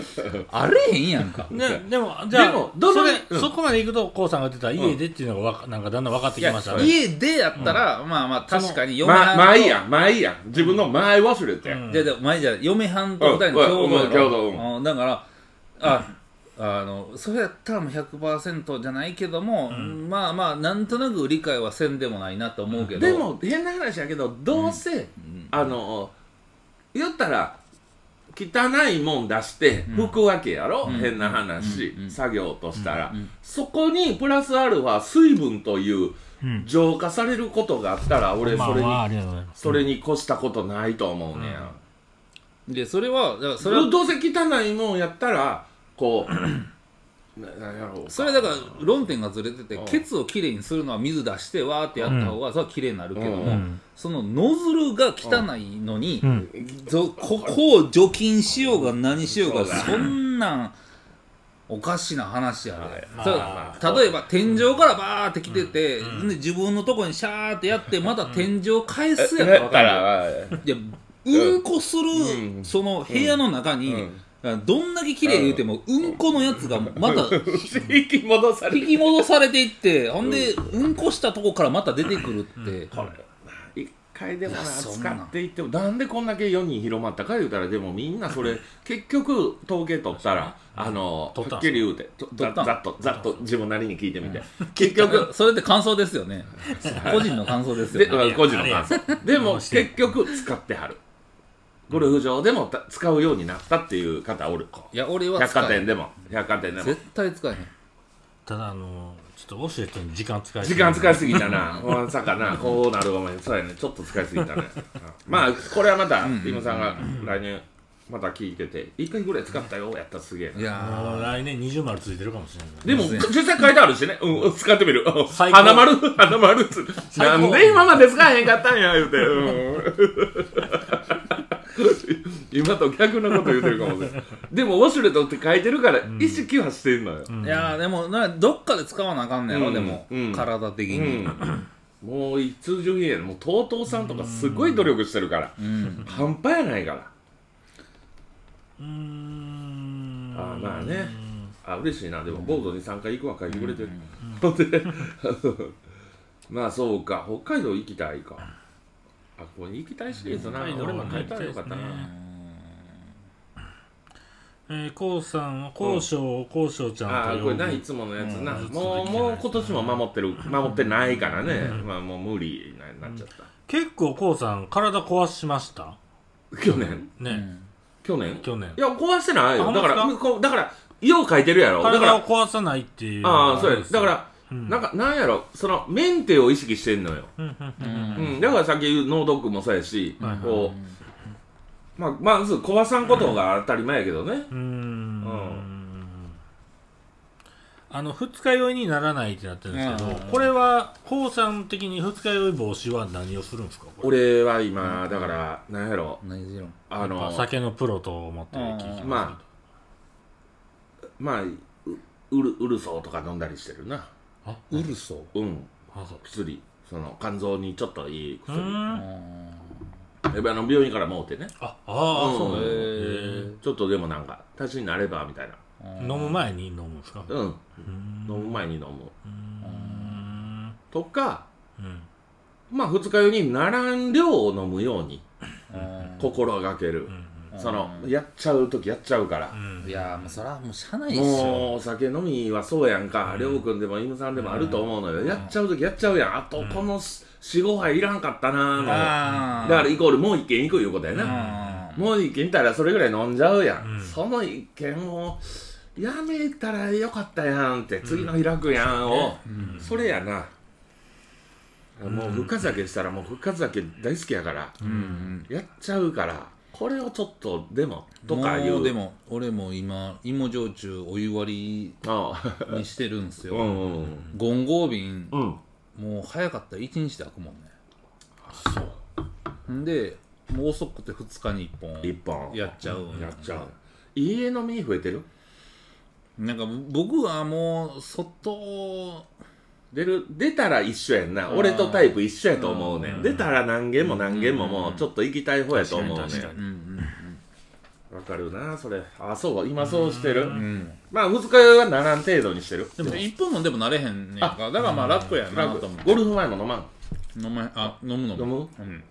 Speaker 1: あれへんやんか
Speaker 2: ね、でも、じゃあ、
Speaker 3: でもどの
Speaker 2: それ
Speaker 3: うん
Speaker 2: そこまで行くと、こうさんが言ってた、家でっていうのがわか、なんかだんだん分かって
Speaker 1: い
Speaker 2: き
Speaker 1: や
Speaker 2: ましたね。
Speaker 1: 家でやったら、まあまあ確かに
Speaker 3: あ
Speaker 1: 嫁はん
Speaker 3: ま
Speaker 1: と、
Speaker 3: 前やん前やん自分の前忘れて、
Speaker 2: うん
Speaker 1: じゃあじゃあ前じゃあ嫁はんと二人の
Speaker 3: うんうん
Speaker 1: 共同
Speaker 3: う
Speaker 1: や
Speaker 3: ん共
Speaker 1: ろ、うん、だからああのそれやったらもう100%じゃないけども、まあまあなんとなく理解はせんでもないなと思うけど
Speaker 3: でも変な話やけどどうせ、あの言ったら汚いもん出して拭くわけやろ、変な話、作業としたら、そこにプラスアルファ水分という浄化されることがあったら俺
Speaker 2: ま
Speaker 3: そ
Speaker 2: あ
Speaker 3: れに、
Speaker 2: まあ、ありがとうございます。
Speaker 3: それに越したことないと思うねや、
Speaker 1: でそれはだからそ
Speaker 3: そ
Speaker 1: れ
Speaker 3: れ
Speaker 1: は
Speaker 3: どうせ汚いもんやったらこうななんやろうか
Speaker 1: それはだ から論点がずれてて
Speaker 3: うん
Speaker 1: ケツをきれいにするのは水出してわーってやった方がそれはきれいになるけども、
Speaker 2: ん
Speaker 1: そのノズルが汚いのに、
Speaker 2: うん。
Speaker 1: ぞここを除菌しようが何しようが
Speaker 3: そうだ
Speaker 1: そんなんおかしな話やで、
Speaker 2: まあ
Speaker 1: そう
Speaker 2: ま
Speaker 1: 例えば天井からバーって来てて、で自分のとこにシャーってやってまた天井返すやったら
Speaker 3: だ
Speaker 1: 分かる
Speaker 3: から、
Speaker 1: いやうんこする、
Speaker 3: うん
Speaker 1: その部屋の中に、どんだけ綺麗言うても、うんこのやつがまた
Speaker 3: 引き戻され
Speaker 1: 引き戻されていって、ほんで、うんこしたとこからまた出てくるって、
Speaker 3: 一回でもない
Speaker 1: やそん
Speaker 3: 使
Speaker 1: な
Speaker 3: っていってもなんでこんだけ世に広まったか言うたらでもみんなそれ結局統計取ったらあの
Speaker 2: 取った
Speaker 3: はっきり言うてとざ
Speaker 1: 取った
Speaker 3: ざっとざっと自分なりに聞いてみて結局
Speaker 1: それって感想ですよね。個人の感想です
Speaker 3: で
Speaker 1: よね。
Speaker 2: れや
Speaker 3: 個人の感
Speaker 2: あ
Speaker 3: 想でも結局使ってはるゴルフ場でもた使うようになったっていう方おる
Speaker 1: いや、俺は
Speaker 3: 百
Speaker 1: 使
Speaker 3: 貨
Speaker 1: えへ
Speaker 3: 店
Speaker 1: ん。
Speaker 3: でも百貨店でも
Speaker 1: 絶対使えへん。
Speaker 2: ただあのちょっと教えて時間使いす
Speaker 3: 時
Speaker 2: ぎ
Speaker 3: 間使いすぎたな、 まさかな、こうなるかもそうやね、ちょっと使いすぎたね。まあ、これはまた、今さんが来年、また聞いてて、1回ぐらい使ったよ、やったらすげえ
Speaker 1: い
Speaker 3: な。
Speaker 1: や
Speaker 2: あー来年20丸ついてるかもしれない
Speaker 3: でも、実際書いてあるしね、うん、使ってみる。
Speaker 2: 最高
Speaker 3: 花丸、 花丸っつって
Speaker 2: 最
Speaker 3: な
Speaker 2: 高
Speaker 3: んで今まで使えへんかったんや、言うて。うん 今と逆のこと言うてるかもしれない。でも、ウォシュレットって書いてるから、意識はしてんのよ。
Speaker 1: ーいやーでも、などっかで使わなあかんねや
Speaker 3: う
Speaker 1: ろ、
Speaker 3: ん
Speaker 1: でも
Speaker 3: うん、
Speaker 1: 体的に。
Speaker 3: うん、もう通常芸やもう TOTO さんとかすごい努力してるから、
Speaker 1: うん
Speaker 3: 半端やないから
Speaker 2: うーん
Speaker 3: あーまあねあ嬉しいなでもボードに3回行くわ書いてくれてる、 ほんでまあそうか北海道行きたいかあここに行きたいシリーズな、
Speaker 2: うん
Speaker 3: 俺も書いたらよかったな、
Speaker 2: うんえー、こうさんはこうしょうこうしょうちゃ
Speaker 3: あ
Speaker 2: ん
Speaker 3: あ
Speaker 2: と
Speaker 3: こ
Speaker 2: 呼
Speaker 3: れ
Speaker 2: ぶ
Speaker 3: な、いつものやつな、
Speaker 2: うん
Speaker 3: もうもう今年も守ってる守ってないからね、まあもう無理ななっちゃった、
Speaker 2: 結構こうさん体壊しました
Speaker 3: 去年
Speaker 2: ね、
Speaker 3: 去年
Speaker 2: 去年
Speaker 3: いや壊してないよ
Speaker 2: あ
Speaker 3: だから
Speaker 2: ほんま
Speaker 3: こうだからよう書いてるやろだから
Speaker 2: 体を壊さないっていう
Speaker 3: ああ、そうや。だから、
Speaker 2: うん
Speaker 3: なんか、なんやろ、その、メンテを意識してんのよ。
Speaker 2: うんうんうん
Speaker 3: うん。だからさっき言う脳ドックもそうやし、
Speaker 2: はいはい
Speaker 3: こう、まあ、まず壊さんことが当たり前やけどね。
Speaker 2: うーんあの二日酔いにならないってなってるんですけど、
Speaker 1: うん
Speaker 2: これはこうさん的に二日酔い防止は何をするんですかこれ
Speaker 3: 俺は今、だから、なんやろ、
Speaker 1: 何しろ
Speaker 3: あの、
Speaker 2: 酒のプロと思って聞きますけど
Speaker 3: ままあ、ううる、うるそうとか飲んだりしてるな。
Speaker 1: ウルソ
Speaker 3: うん。
Speaker 2: あそう
Speaker 3: 薬。その、肝臓にちょっといいう薬。
Speaker 2: ーん
Speaker 3: やっぱあの、病院からもうてね。
Speaker 2: ああ、
Speaker 3: うん
Speaker 2: そうなん
Speaker 3: へ
Speaker 2: や
Speaker 1: ー
Speaker 3: ちょっとでもなんか、足しになれば、みたいな。
Speaker 2: 飲む前に飲むんですか
Speaker 3: うん。
Speaker 2: うん
Speaker 3: 飲む前に飲む。
Speaker 2: うん
Speaker 3: とか、
Speaker 2: うん
Speaker 3: まあ、二日酔いにならん量を飲むように心がける、そのやっちゃう時やっちゃうから
Speaker 2: う、ん
Speaker 1: いやーもうそらもうしゃあないっすよ
Speaker 3: もうお酒飲みはそうやんかりょうくんでも犬さんでもあると思うのよ、やっちゃう時やっちゃうやんあとこの45杯いらんかったなーの、だ
Speaker 1: あ
Speaker 3: からイコールもう一軒行くいうことやな、
Speaker 1: あ
Speaker 3: もう一軒行ったらそれぐらい飲んじゃうやん、
Speaker 2: うん
Speaker 3: その一軒をやめたらよかったやんって次の開くやんを、それやな、もう復活酒したらもう復活酒大好きやから、やっちゃうからこれをちょっとでもとか言う
Speaker 1: もうでも俺も今芋焼酎お湯割
Speaker 3: ああ
Speaker 1: りにしてるんです
Speaker 3: う
Speaker 1: よ
Speaker 3: んうん
Speaker 1: ゴンゴー瓶
Speaker 3: うんうん
Speaker 1: もう早かったら1日で開くもんねんでもう遅くて2日に
Speaker 3: 一
Speaker 1: 1
Speaker 3: 本
Speaker 1: 本やっちゃう
Speaker 3: やっちゃう家飲み増えてる
Speaker 1: なんか僕はもう外
Speaker 3: 出る出たら一緒やんな俺とタイプ一緒やと思うねん出たら何軒も何軒ももうちょっと行きたい方やと思うねん
Speaker 2: 確かに
Speaker 3: わかるなそれあそう今そうしてる
Speaker 1: うん
Speaker 3: まあ二日酔いはならん程度にしてる
Speaker 1: でも1本もでもなれへんねんかだからまあ楽やなと思って
Speaker 3: ゴルフ前も飲まん
Speaker 1: 飲めあ飲む飲む
Speaker 3: 飲む
Speaker 1: うん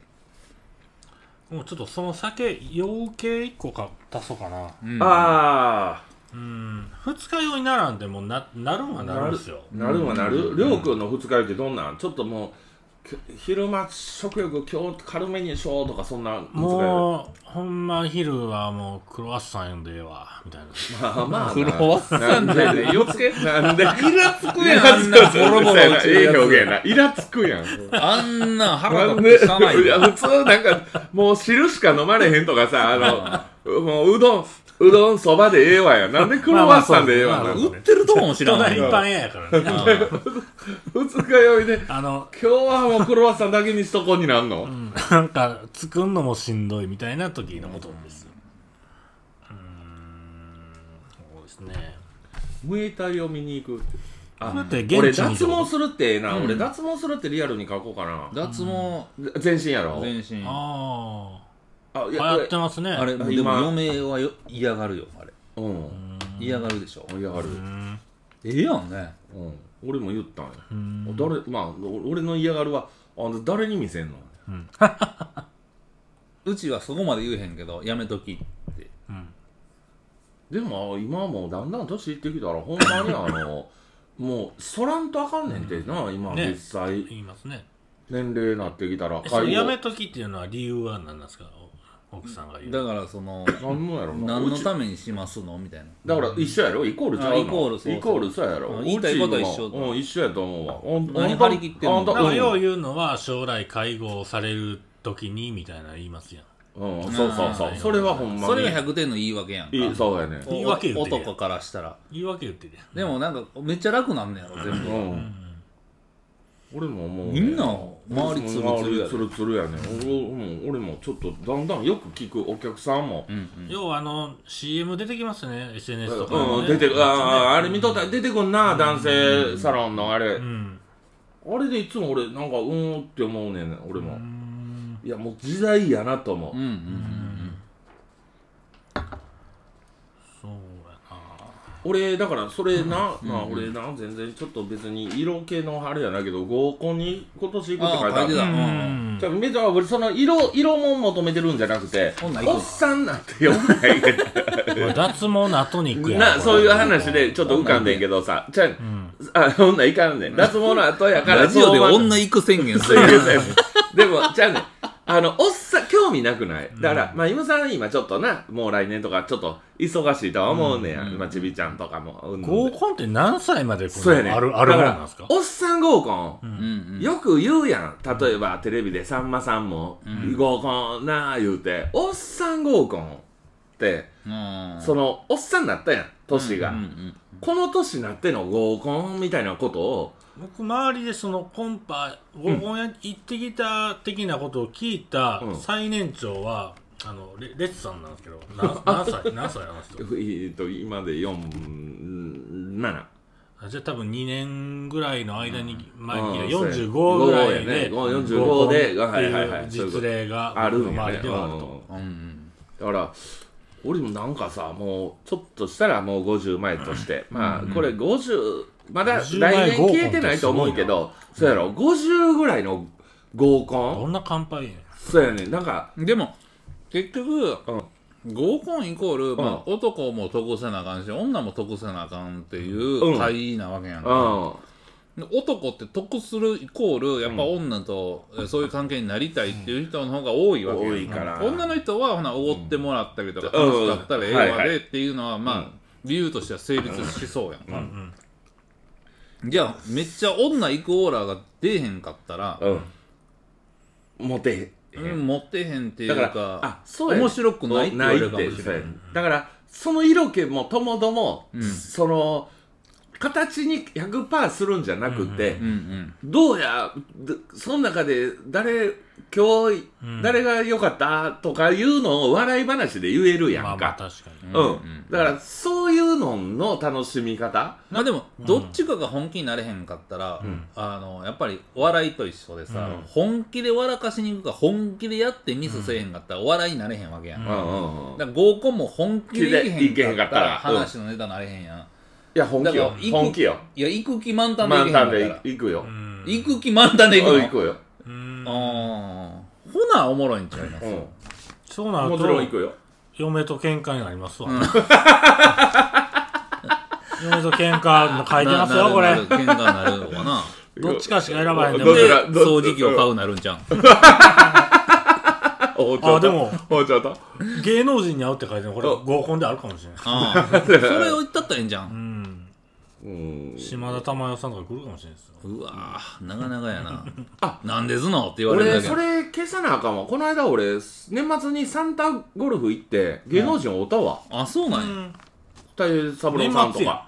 Speaker 2: もうちょっとその酒養系1個か足そうかな
Speaker 1: うん
Speaker 3: あ
Speaker 2: うん二日酔いならんでもななるんは
Speaker 3: あ
Speaker 2: なるんですよ
Speaker 3: なるはなるりょうくんの二日酔いってどんなんちょっともうき昼間食欲今日軽めにしようとかそんな二日酔
Speaker 2: もうほんま昼はもうクロワッサン読んでええわみたいない
Speaker 3: まあ まあ
Speaker 1: クロワッサン
Speaker 3: なんで
Speaker 1: でよつけ
Speaker 3: なんでイラつく
Speaker 1: やんあんなボロボロ落ちる
Speaker 3: い
Speaker 1: やつ
Speaker 3: い表現なイラつくやん
Speaker 1: あんなん腹
Speaker 3: なん
Speaker 1: 立っ
Speaker 3: で
Speaker 1: てしゃあない
Speaker 3: いや
Speaker 1: よ
Speaker 3: 普通なんかもう汁しか飲まれへんとかさあのもううどんうどんそばでええわやんなんでクロワッサンでええわ
Speaker 2: まあま
Speaker 3: な
Speaker 2: あそう
Speaker 1: 売ってるとこも知らない
Speaker 2: 隣
Speaker 1: よ
Speaker 2: パン屋やからね
Speaker 3: 二日酔いで
Speaker 2: あの
Speaker 3: 今日はもうクロワッサンだけにしとこうになんの
Speaker 2: うんなんか作んのもしんどいみたいな時のことですうーんそうですね
Speaker 3: ムエタイを見に行くってあ
Speaker 2: それって現地に
Speaker 3: 俺脱毛するってええな、
Speaker 1: うん
Speaker 3: 俺脱毛するってリアルに書こうかな
Speaker 1: 脱毛
Speaker 3: 全身やろ
Speaker 1: 全身
Speaker 2: あ
Speaker 3: あい
Speaker 2: あ流行ってますね
Speaker 1: あれで
Speaker 3: 今
Speaker 1: も嫁はよ嫌がるよあれ
Speaker 3: う
Speaker 2: うんん
Speaker 1: 嫌がるでしょ
Speaker 3: 嫌がる、
Speaker 2: うん
Speaker 1: ええやんね
Speaker 3: うん、俺も言ったんや、
Speaker 2: うん
Speaker 3: 誰まあお俺の嫌がるはあの誰に見せんの
Speaker 1: うちはそこまで言えへんけどやめときって
Speaker 2: うん
Speaker 3: でも今はもうだんだん年いってきたらほんまにあの もうそらんとあかんねんてな今
Speaker 2: ね
Speaker 3: 実際、
Speaker 2: 言いますね
Speaker 3: 年齢なってきたら
Speaker 2: えそれ
Speaker 3: 介
Speaker 2: や
Speaker 3: 護
Speaker 2: めときっていうのは理由は何なんですかお奥さんが言う
Speaker 1: だからその
Speaker 3: なんのやろな
Speaker 1: 何の
Speaker 3: うち
Speaker 1: ためにしますのみたいな
Speaker 3: だから一緒やろイコールちゃうの
Speaker 1: あイコールそうそう
Speaker 3: イコールそうやろ
Speaker 1: うん言いたいことは一緒
Speaker 3: うちはうん一緒やと思うわほん
Speaker 1: 何張り切ってんの
Speaker 3: ほと
Speaker 2: なんかよ
Speaker 3: う
Speaker 2: うん言うのは将来介護をされる時にみたいなの言いますやん
Speaker 3: うんそうそうそ
Speaker 1: あ
Speaker 3: う
Speaker 1: ー
Speaker 3: それはほんまに
Speaker 1: それが100点の言い訳やんか
Speaker 3: いいそうやね
Speaker 1: お
Speaker 2: 言い訳言うてるやん
Speaker 1: 男からしたら
Speaker 2: 言い訳言ってるやん
Speaker 1: でもなんかめっちゃ楽なんねやろ全
Speaker 3: う
Speaker 1: 部
Speaker 2: うんん
Speaker 3: 俺ももう
Speaker 1: みんな周りツルツルや
Speaker 3: つ
Speaker 1: で
Speaker 3: るつるやね俺うん俺もちょっとだんだんよく聞くお客さんも
Speaker 1: うんうん
Speaker 2: 要はあの CM 出てきますね SNS とか
Speaker 3: う
Speaker 2: の
Speaker 3: ん
Speaker 2: ね
Speaker 3: 出てくあーあれ見とったら出てくんな男性サロンのあれ
Speaker 2: うん
Speaker 3: あれでいつも俺なんかうーんって思うねん俺も
Speaker 2: うん
Speaker 3: いやもう時代やなと思
Speaker 1: うんうんうん
Speaker 2: そうやな
Speaker 3: 俺だからそれな、まあ俺な全然ちょっと別に色気のあれやなけど合コンに今年行くって書いて
Speaker 1: あ書
Speaker 3: あ
Speaker 1: いて
Speaker 3: る
Speaker 1: た
Speaker 2: うん
Speaker 3: じゃあめちゃ俺その色色もん求めてるんじゃなくて
Speaker 1: ほんなら行く
Speaker 3: おっさんなんて呼ばないけ
Speaker 2: これ脱毛の後に行く
Speaker 3: ど
Speaker 2: やん
Speaker 3: な
Speaker 2: これ
Speaker 3: そういう話でちょっと浮かんでんけどさじゃ
Speaker 2: うん
Speaker 3: ああ女いかんねん脱毛の後やから
Speaker 1: ラジオで
Speaker 3: そうま
Speaker 1: 女行く宣言す
Speaker 3: そう
Speaker 1: る
Speaker 3: いうやつでもじゃあねあのおっさん興味なくないだから、まあ今さん今ちょっとなもう来年とかちょっと忙しいとは思うねや、
Speaker 1: うん
Speaker 3: まあちびちゃんとかもうんぬんで
Speaker 2: 合コンって何歳までこの
Speaker 3: そうやねん
Speaker 2: あるあるも
Speaker 3: だ
Speaker 2: ん
Speaker 3: ら
Speaker 2: なんですか
Speaker 3: おっさん合コ
Speaker 2: う
Speaker 1: うんんうん
Speaker 3: ンよく言うやん例えばテレビでさんまさんも
Speaker 1: うん
Speaker 3: 合コンなあ言うておっさん合コンって
Speaker 1: うん
Speaker 3: そのおっさんになったやん年が
Speaker 1: うんうん
Speaker 3: この年になっての合コンみたいなことを
Speaker 2: 僕周りでそのコンパ合コンや行ってきた的なことを聞いた
Speaker 3: うん
Speaker 2: 最年長はあのレレッツさんなんですけどな 何歳何歳なんですか
Speaker 3: えっと今で47
Speaker 2: あじゃあ多分2年ぐらいの間に、前に
Speaker 3: うん
Speaker 2: 45ぐらいで、
Speaker 3: そうやね
Speaker 2: 合コンって
Speaker 3: 45ではいはいはい
Speaker 2: いう実例が
Speaker 3: ある
Speaker 2: 僕の
Speaker 3: んや
Speaker 2: 周
Speaker 3: ね
Speaker 2: りではあると。
Speaker 1: うんうん
Speaker 3: だから俺もなんかさもうちょっとしたらもう50前として、まあこれ50まだ来
Speaker 2: 50前
Speaker 3: 年消えてないと思うけどそうやろ50ぐらいの合コ
Speaker 2: ど
Speaker 3: ン
Speaker 2: んな乾杯やねん
Speaker 3: そうやねなんか
Speaker 1: うんでも結局
Speaker 3: うん
Speaker 1: 合コンイコール、まあ、男も得せなあかんし女も得せなあかんっていう会なわけやん
Speaker 3: う
Speaker 1: か、
Speaker 3: ん
Speaker 1: 男って得するイコールやっぱ女とえそういう関係になりたいっていう人の方が多いわけやん
Speaker 3: 多いから
Speaker 1: 女の人はほなおごってもらったりとか
Speaker 3: うん
Speaker 1: 楽しかったらええ
Speaker 3: うんは
Speaker 1: わ
Speaker 3: いは
Speaker 1: でっていうのはまあ、理由としては成立しそうやんか、
Speaker 2: ん
Speaker 1: じゃあめっちゃ女イコーラが出えへんかったら、
Speaker 3: うんモテへん
Speaker 1: うん、持ってへんっていう
Speaker 3: だ
Speaker 1: か
Speaker 3: からあそうやね
Speaker 1: 面白くないって言われるかもしれ
Speaker 3: な
Speaker 1: ない
Speaker 3: いってそうやねだからその色気もともども、
Speaker 1: うん
Speaker 3: その形に100%するんじゃなくて、
Speaker 1: うんうん
Speaker 3: どうやどその中で誰今日、
Speaker 2: うん
Speaker 3: 誰が良かったとかいうのを笑い話で言えるやん
Speaker 2: ま
Speaker 3: か、
Speaker 2: あまあ確かに。
Speaker 1: まあ
Speaker 3: うん
Speaker 1: うん
Speaker 3: だからそういうのの楽しみ方
Speaker 1: まあでもどっちかが本気になれへんかったら、あのやっぱりお笑いと一緒でさ、
Speaker 2: うん
Speaker 1: 本気で笑かしに行くか本気でやってミスせえへんかったらお笑いになれへんわけやん、
Speaker 2: うん
Speaker 3: うんうんうん
Speaker 1: だから合コンも本気で行けへんかったら
Speaker 3: 行けへんかったらうん
Speaker 1: 話のネタなれへんやん、
Speaker 3: いや本気
Speaker 1: だ
Speaker 3: よ
Speaker 1: から行く
Speaker 3: 本気よ
Speaker 1: いや行く気満タンで行
Speaker 3: 満
Speaker 1: けへんか
Speaker 3: タ
Speaker 1: っ
Speaker 3: ン
Speaker 1: た
Speaker 3: で
Speaker 1: ら
Speaker 3: 行くよ、
Speaker 1: 行く気満タンで行く
Speaker 3: うん
Speaker 1: の
Speaker 3: 行くよ、
Speaker 2: うん
Speaker 1: あーほなおもろいんちゃいます、
Speaker 3: う、
Speaker 2: そうなん
Speaker 3: も
Speaker 2: る
Speaker 3: ちろん行
Speaker 2: と、
Speaker 3: くよ
Speaker 2: 嫁と喧嘩になりますわ。嫁と喧嘩も書いてますよ、こ
Speaker 1: なな。るなる
Speaker 2: れ
Speaker 1: 喧嘩になるわな
Speaker 2: どっちかしか選ばへんね
Speaker 3: どっち
Speaker 1: で
Speaker 3: かどっち
Speaker 1: 掃除機を買うなるんちゃうん
Speaker 3: あ包丁と
Speaker 2: あでも
Speaker 3: 包丁と
Speaker 2: 芸能人に会うって書いてるこれ
Speaker 3: そう
Speaker 2: 合コンであるかもしれない。
Speaker 1: ああそれを言ったったらええんじゃ
Speaker 2: うんん。
Speaker 3: うん
Speaker 2: 島田珠代さんとか来るかもしれないですよ。
Speaker 1: うわー長々やな
Speaker 3: あ
Speaker 1: なんですのって言われるだ
Speaker 3: 俺
Speaker 1: け
Speaker 3: それ消さなあかんわこの間俺年末にサンタゴルフ行って芸能人をおったわ
Speaker 1: あそうなんや、
Speaker 3: 二重三郎さんとか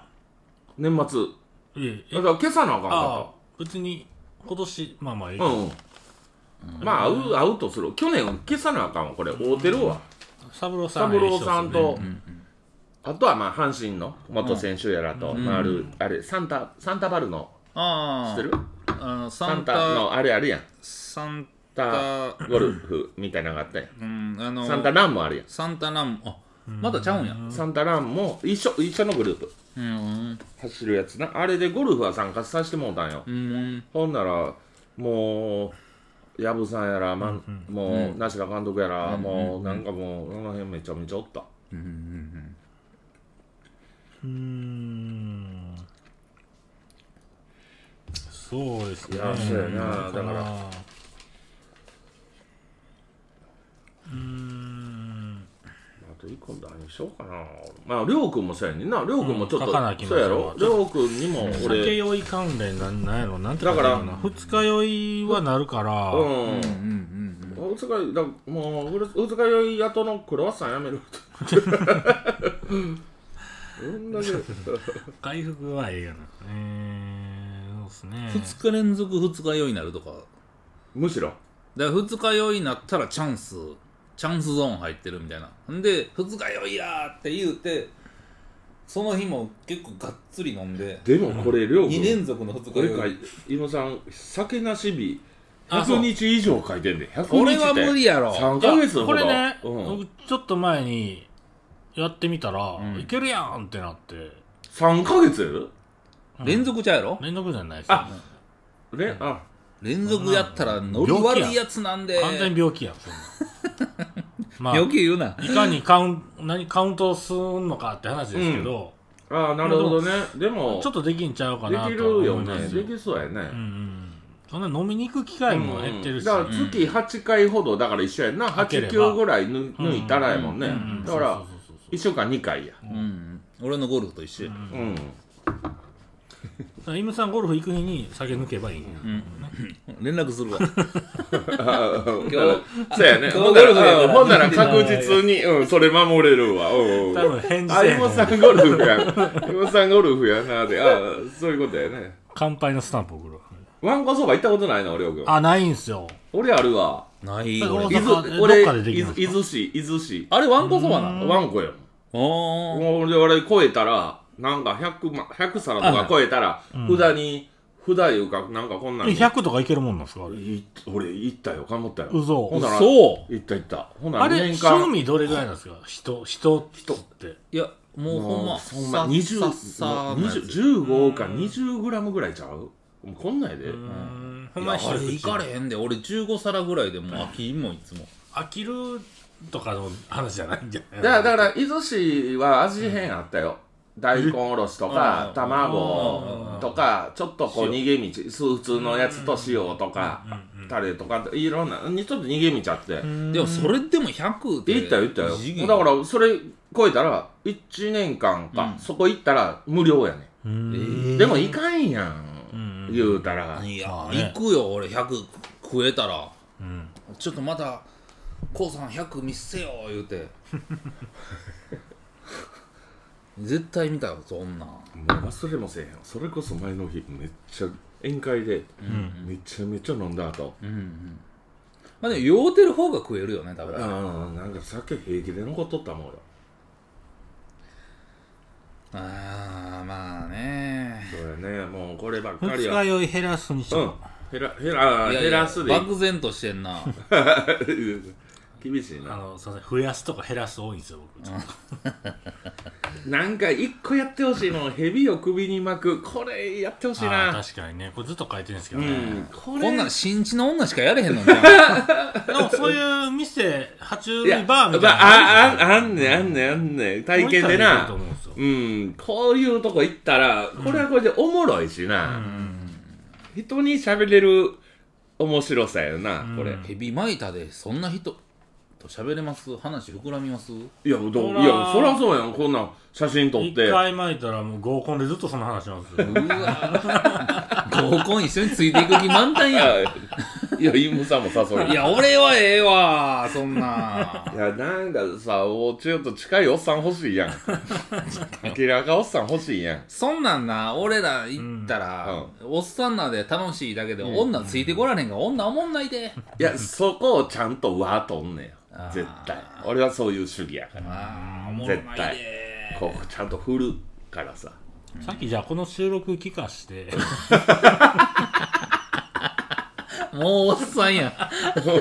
Speaker 3: 年末
Speaker 2: いえ、え
Speaker 3: だから消さなあかん
Speaker 2: ああ
Speaker 3: か、
Speaker 2: 別に今年、まあまあいい
Speaker 3: ったうん、うん、まあ合う合うとする去年消さなあかんわこれ合うてるわ
Speaker 2: サブローさん
Speaker 3: 三
Speaker 2: は一
Speaker 3: 郎
Speaker 2: 緒ですよね
Speaker 3: さんと、あとはまあ阪神の元選手やらと回る、あれサンタサンタバルの知
Speaker 1: あ
Speaker 3: って
Speaker 1: あ
Speaker 3: る
Speaker 1: あのサ
Speaker 3: サン
Speaker 1: ン
Speaker 3: タ
Speaker 1: タ
Speaker 3: のあれあるやん
Speaker 1: サン
Speaker 3: サンタゴルフみたいなのがあったや
Speaker 1: う
Speaker 3: ん
Speaker 1: んあの
Speaker 3: サンタランもあるやん
Speaker 1: サンタランあまだちゃうんや
Speaker 3: サンタランも一緒一緒のグループ
Speaker 1: うん
Speaker 3: 走るやつなあれでゴルフは参加させてもうたんよ、
Speaker 1: うん
Speaker 3: ほんならもう藪さんやら、まんもう梨田監督やら、もうなんかもうあの辺めちゃめちゃおった
Speaker 2: うーんそうですね。
Speaker 3: いやそうやな
Speaker 2: どう
Speaker 3: だから
Speaker 2: うーん。
Speaker 3: あと一個何しようかなまありょうくんもそうやねんなりょうくんもちょっと、
Speaker 2: うん書かなあきま
Speaker 3: そ
Speaker 2: せん
Speaker 3: うやろりょうくんにも
Speaker 2: 酒
Speaker 3: 俺
Speaker 2: 酔い関連なんなんやろなんて書いてある
Speaker 3: だか
Speaker 2: な二日酔いはなるから、
Speaker 3: う
Speaker 2: うん
Speaker 3: ん
Speaker 1: うんうん
Speaker 3: 二日酔いだもう二日酔い後のクロワッサンやめるうんだけ
Speaker 2: 回復はええやな。えー、そうですね。
Speaker 1: 2日連続二日酔いになるとか
Speaker 3: むしろ
Speaker 1: だから二日酔いになったらチャンスチャンスゾーン入ってるみたいなんで二日酔いやーって言うてその日も結構がっつり飲んで
Speaker 3: でもこれりょうく
Speaker 1: 二
Speaker 3: ん
Speaker 1: 連続の二
Speaker 3: こ
Speaker 1: 日
Speaker 3: れか
Speaker 1: 酔い
Speaker 3: 今さん酒なし日
Speaker 2: あそう
Speaker 3: 100日以上書いてんで100日って
Speaker 1: これは無理やろ
Speaker 3: 3ヶ月ほど
Speaker 2: これね、
Speaker 3: うん、
Speaker 2: 僕ちょっと前にやってみたら、
Speaker 1: ん
Speaker 2: いけるやんってなって、
Speaker 3: 3ヶ月
Speaker 1: 連続ちゃうやろ
Speaker 2: 連続じゃないですよ、
Speaker 3: あねあ
Speaker 1: 連続やったらノリ悪いやつなんで
Speaker 2: 完全に病気やん、そん なんまあ、
Speaker 1: 病
Speaker 2: い
Speaker 1: 気言うな
Speaker 2: かにカウン何カウントすんのかって話ですけど、
Speaker 3: ああなるほどねでも
Speaker 2: ちょっとできんちゃうか
Speaker 3: で
Speaker 2: な
Speaker 3: き
Speaker 2: と
Speaker 3: るよ
Speaker 2: 思いま
Speaker 3: ね
Speaker 2: すよ。
Speaker 3: できそうやね、
Speaker 2: うんうんそんな飲みに行く機会も減ってるし、
Speaker 3: だから月8回ほどだから一緒やんな
Speaker 2: ければ
Speaker 3: 89ぐらい抜抜いたらやもんね、
Speaker 1: うん
Speaker 2: うん
Speaker 3: だから
Speaker 2: そうそうそう
Speaker 3: 1週間2回や
Speaker 1: うんうん俺のゴルフと一緒や
Speaker 3: うん、
Speaker 2: そうイムさんゴルフ行く日に酒抜けばいいんや、
Speaker 1: 連絡するわ
Speaker 3: 今
Speaker 1: 今
Speaker 3: そうやね
Speaker 1: 今日
Speaker 3: ほんな
Speaker 1: ゴルフやから
Speaker 3: らほんなら確実に、うん、それ守れるわうんうん
Speaker 2: 多分返事
Speaker 3: あ、
Speaker 2: せえへ
Speaker 3: イ
Speaker 2: ん
Speaker 3: モさんゴルフやん。イモさんゴルフやなで、あそういうことやね。
Speaker 2: 乾杯のスタンプ送るわ
Speaker 3: ワンコそば行ったことないの、りょうくん。
Speaker 2: あないんすよ
Speaker 3: 俺あるわ。
Speaker 1: ない
Speaker 2: だから
Speaker 1: 俺
Speaker 3: 伊
Speaker 2: 大阪
Speaker 3: 豆
Speaker 2: え
Speaker 3: 俺、
Speaker 2: どっかででき
Speaker 3: 伊
Speaker 2: ます
Speaker 3: 豆伊
Speaker 2: か
Speaker 3: 豆市、伊豆市。
Speaker 1: あれワンコそばなの
Speaker 3: ワンコよ。
Speaker 1: おー
Speaker 3: もう俺超えたら、なんか100ま、100皿とか超えたら、札に、札いうか、なんかこんなん
Speaker 2: え
Speaker 3: に。
Speaker 2: 100とかいけるもんなんですかあれ
Speaker 3: い俺行ったよ、頑張ったよ。
Speaker 2: 嘘
Speaker 3: ほんなら、
Speaker 1: そう
Speaker 3: 行った行った。ほんなら、
Speaker 2: あれ
Speaker 3: 年間
Speaker 2: 賞味どれぐらいなんですか人人人って
Speaker 1: いやもうほんま
Speaker 3: ほんま
Speaker 1: さ
Speaker 3: 20
Speaker 1: ささのやつ
Speaker 3: 15か20グラムぐらいちゃうもうこんなんやで、
Speaker 2: うーんほ
Speaker 1: い
Speaker 2: ん
Speaker 1: や
Speaker 2: まに
Speaker 1: あれ
Speaker 2: 一
Speaker 1: 行か
Speaker 2: 口
Speaker 1: れへんで俺15皿ぐらいでもう飽きんもんいつも
Speaker 2: 飽きるとかの話じゃないんじゃない
Speaker 3: だからだから伊豆市は味変あったよ、大根おろしと
Speaker 1: う
Speaker 3: か
Speaker 1: ん
Speaker 3: 卵とかちょっとこう逃げ道す普通のやつと塩とか、タレとかいろんなにちょっと逃げ道あって、
Speaker 1: でもそれでも100って
Speaker 3: 行ったよ行ったよ
Speaker 1: 異次元
Speaker 3: だからそれ超えたら1年間か、そこ行ったら無料やね、
Speaker 2: うーん
Speaker 3: でもいかんやん、
Speaker 2: ん
Speaker 3: 言うたら、
Speaker 1: いや
Speaker 2: まあね
Speaker 1: 行くよ俺100食えたら
Speaker 2: うん
Speaker 1: ちょっとまたこうさん100見せよ言うて 絶対見たよそんなん
Speaker 3: もう忘れもせえへんそれこそ前の日めっちゃ宴会でめちゃめちゃ飲んだ後、
Speaker 1: うんうんまあでも酔うてる方が食えるよね多分
Speaker 3: ああなんか酒平気で残っとったもんよ
Speaker 1: ああまあね
Speaker 3: そうやねもうこればっかり
Speaker 2: 二
Speaker 3: は
Speaker 2: 日酔い減らすにし
Speaker 3: うん
Speaker 2: ろ
Speaker 3: 減ら減ら
Speaker 1: い
Speaker 3: あー
Speaker 1: やい
Speaker 3: 減
Speaker 1: や
Speaker 3: らすでいい
Speaker 1: 漠然としてん な
Speaker 3: 厳しい
Speaker 2: あ
Speaker 3: な
Speaker 2: のすいません増やすとか減らす多いんですよ僕ちょっと
Speaker 3: なんか一個やってほしいの蛇を首に巻くこれやってほしい
Speaker 2: あー
Speaker 3: な
Speaker 2: 確かにねこれずっと書いてるんですけ
Speaker 3: う
Speaker 2: どね、
Speaker 3: んこれ
Speaker 1: こんなん新地の女しかやれへんのに な
Speaker 2: でもそういう店、爬虫
Speaker 3: いや
Speaker 2: 類バー
Speaker 3: まあ
Speaker 2: みたいなのるじゃ
Speaker 3: ああ
Speaker 2: ない
Speaker 3: んねんあんねんあんねん
Speaker 2: で
Speaker 3: 体
Speaker 2: すか
Speaker 3: 験で
Speaker 2: もう一回行けると
Speaker 3: な
Speaker 2: 思うんですよ
Speaker 3: うんこういうとこ行ったらこれはこれでおもろいしな、人に喋れる面白さやな、これ
Speaker 1: ヘビ巻いたでそんな人と喋れます話膨らみます
Speaker 3: いやど
Speaker 2: ほ
Speaker 3: う
Speaker 2: ら
Speaker 3: いやそりゃそうやんこんなん写真撮っ
Speaker 2: 一
Speaker 3: て
Speaker 2: 回巻いたらもう合コンでずっとその話なんですよ。
Speaker 1: うわ合コン一緒についていく気満タンや
Speaker 3: いやイムさんも誘う
Speaker 1: いや俺はええわそんない
Speaker 3: やなんかさおちょっと近いおっさん欲しいやん明らかおっさん欲しいやん
Speaker 1: そんなんな俺ら行ったら、おっさんなんで楽しいだけで、女ついてこられへんが女おもんないで
Speaker 3: いやそこをちゃんとわとんねん
Speaker 1: あー
Speaker 3: 絶対俺はそういう主義やから
Speaker 1: ああおもろないで
Speaker 3: こうちゃんと振るからさ
Speaker 2: さっきじゃあこの収録期間して
Speaker 1: もうおっさんやん。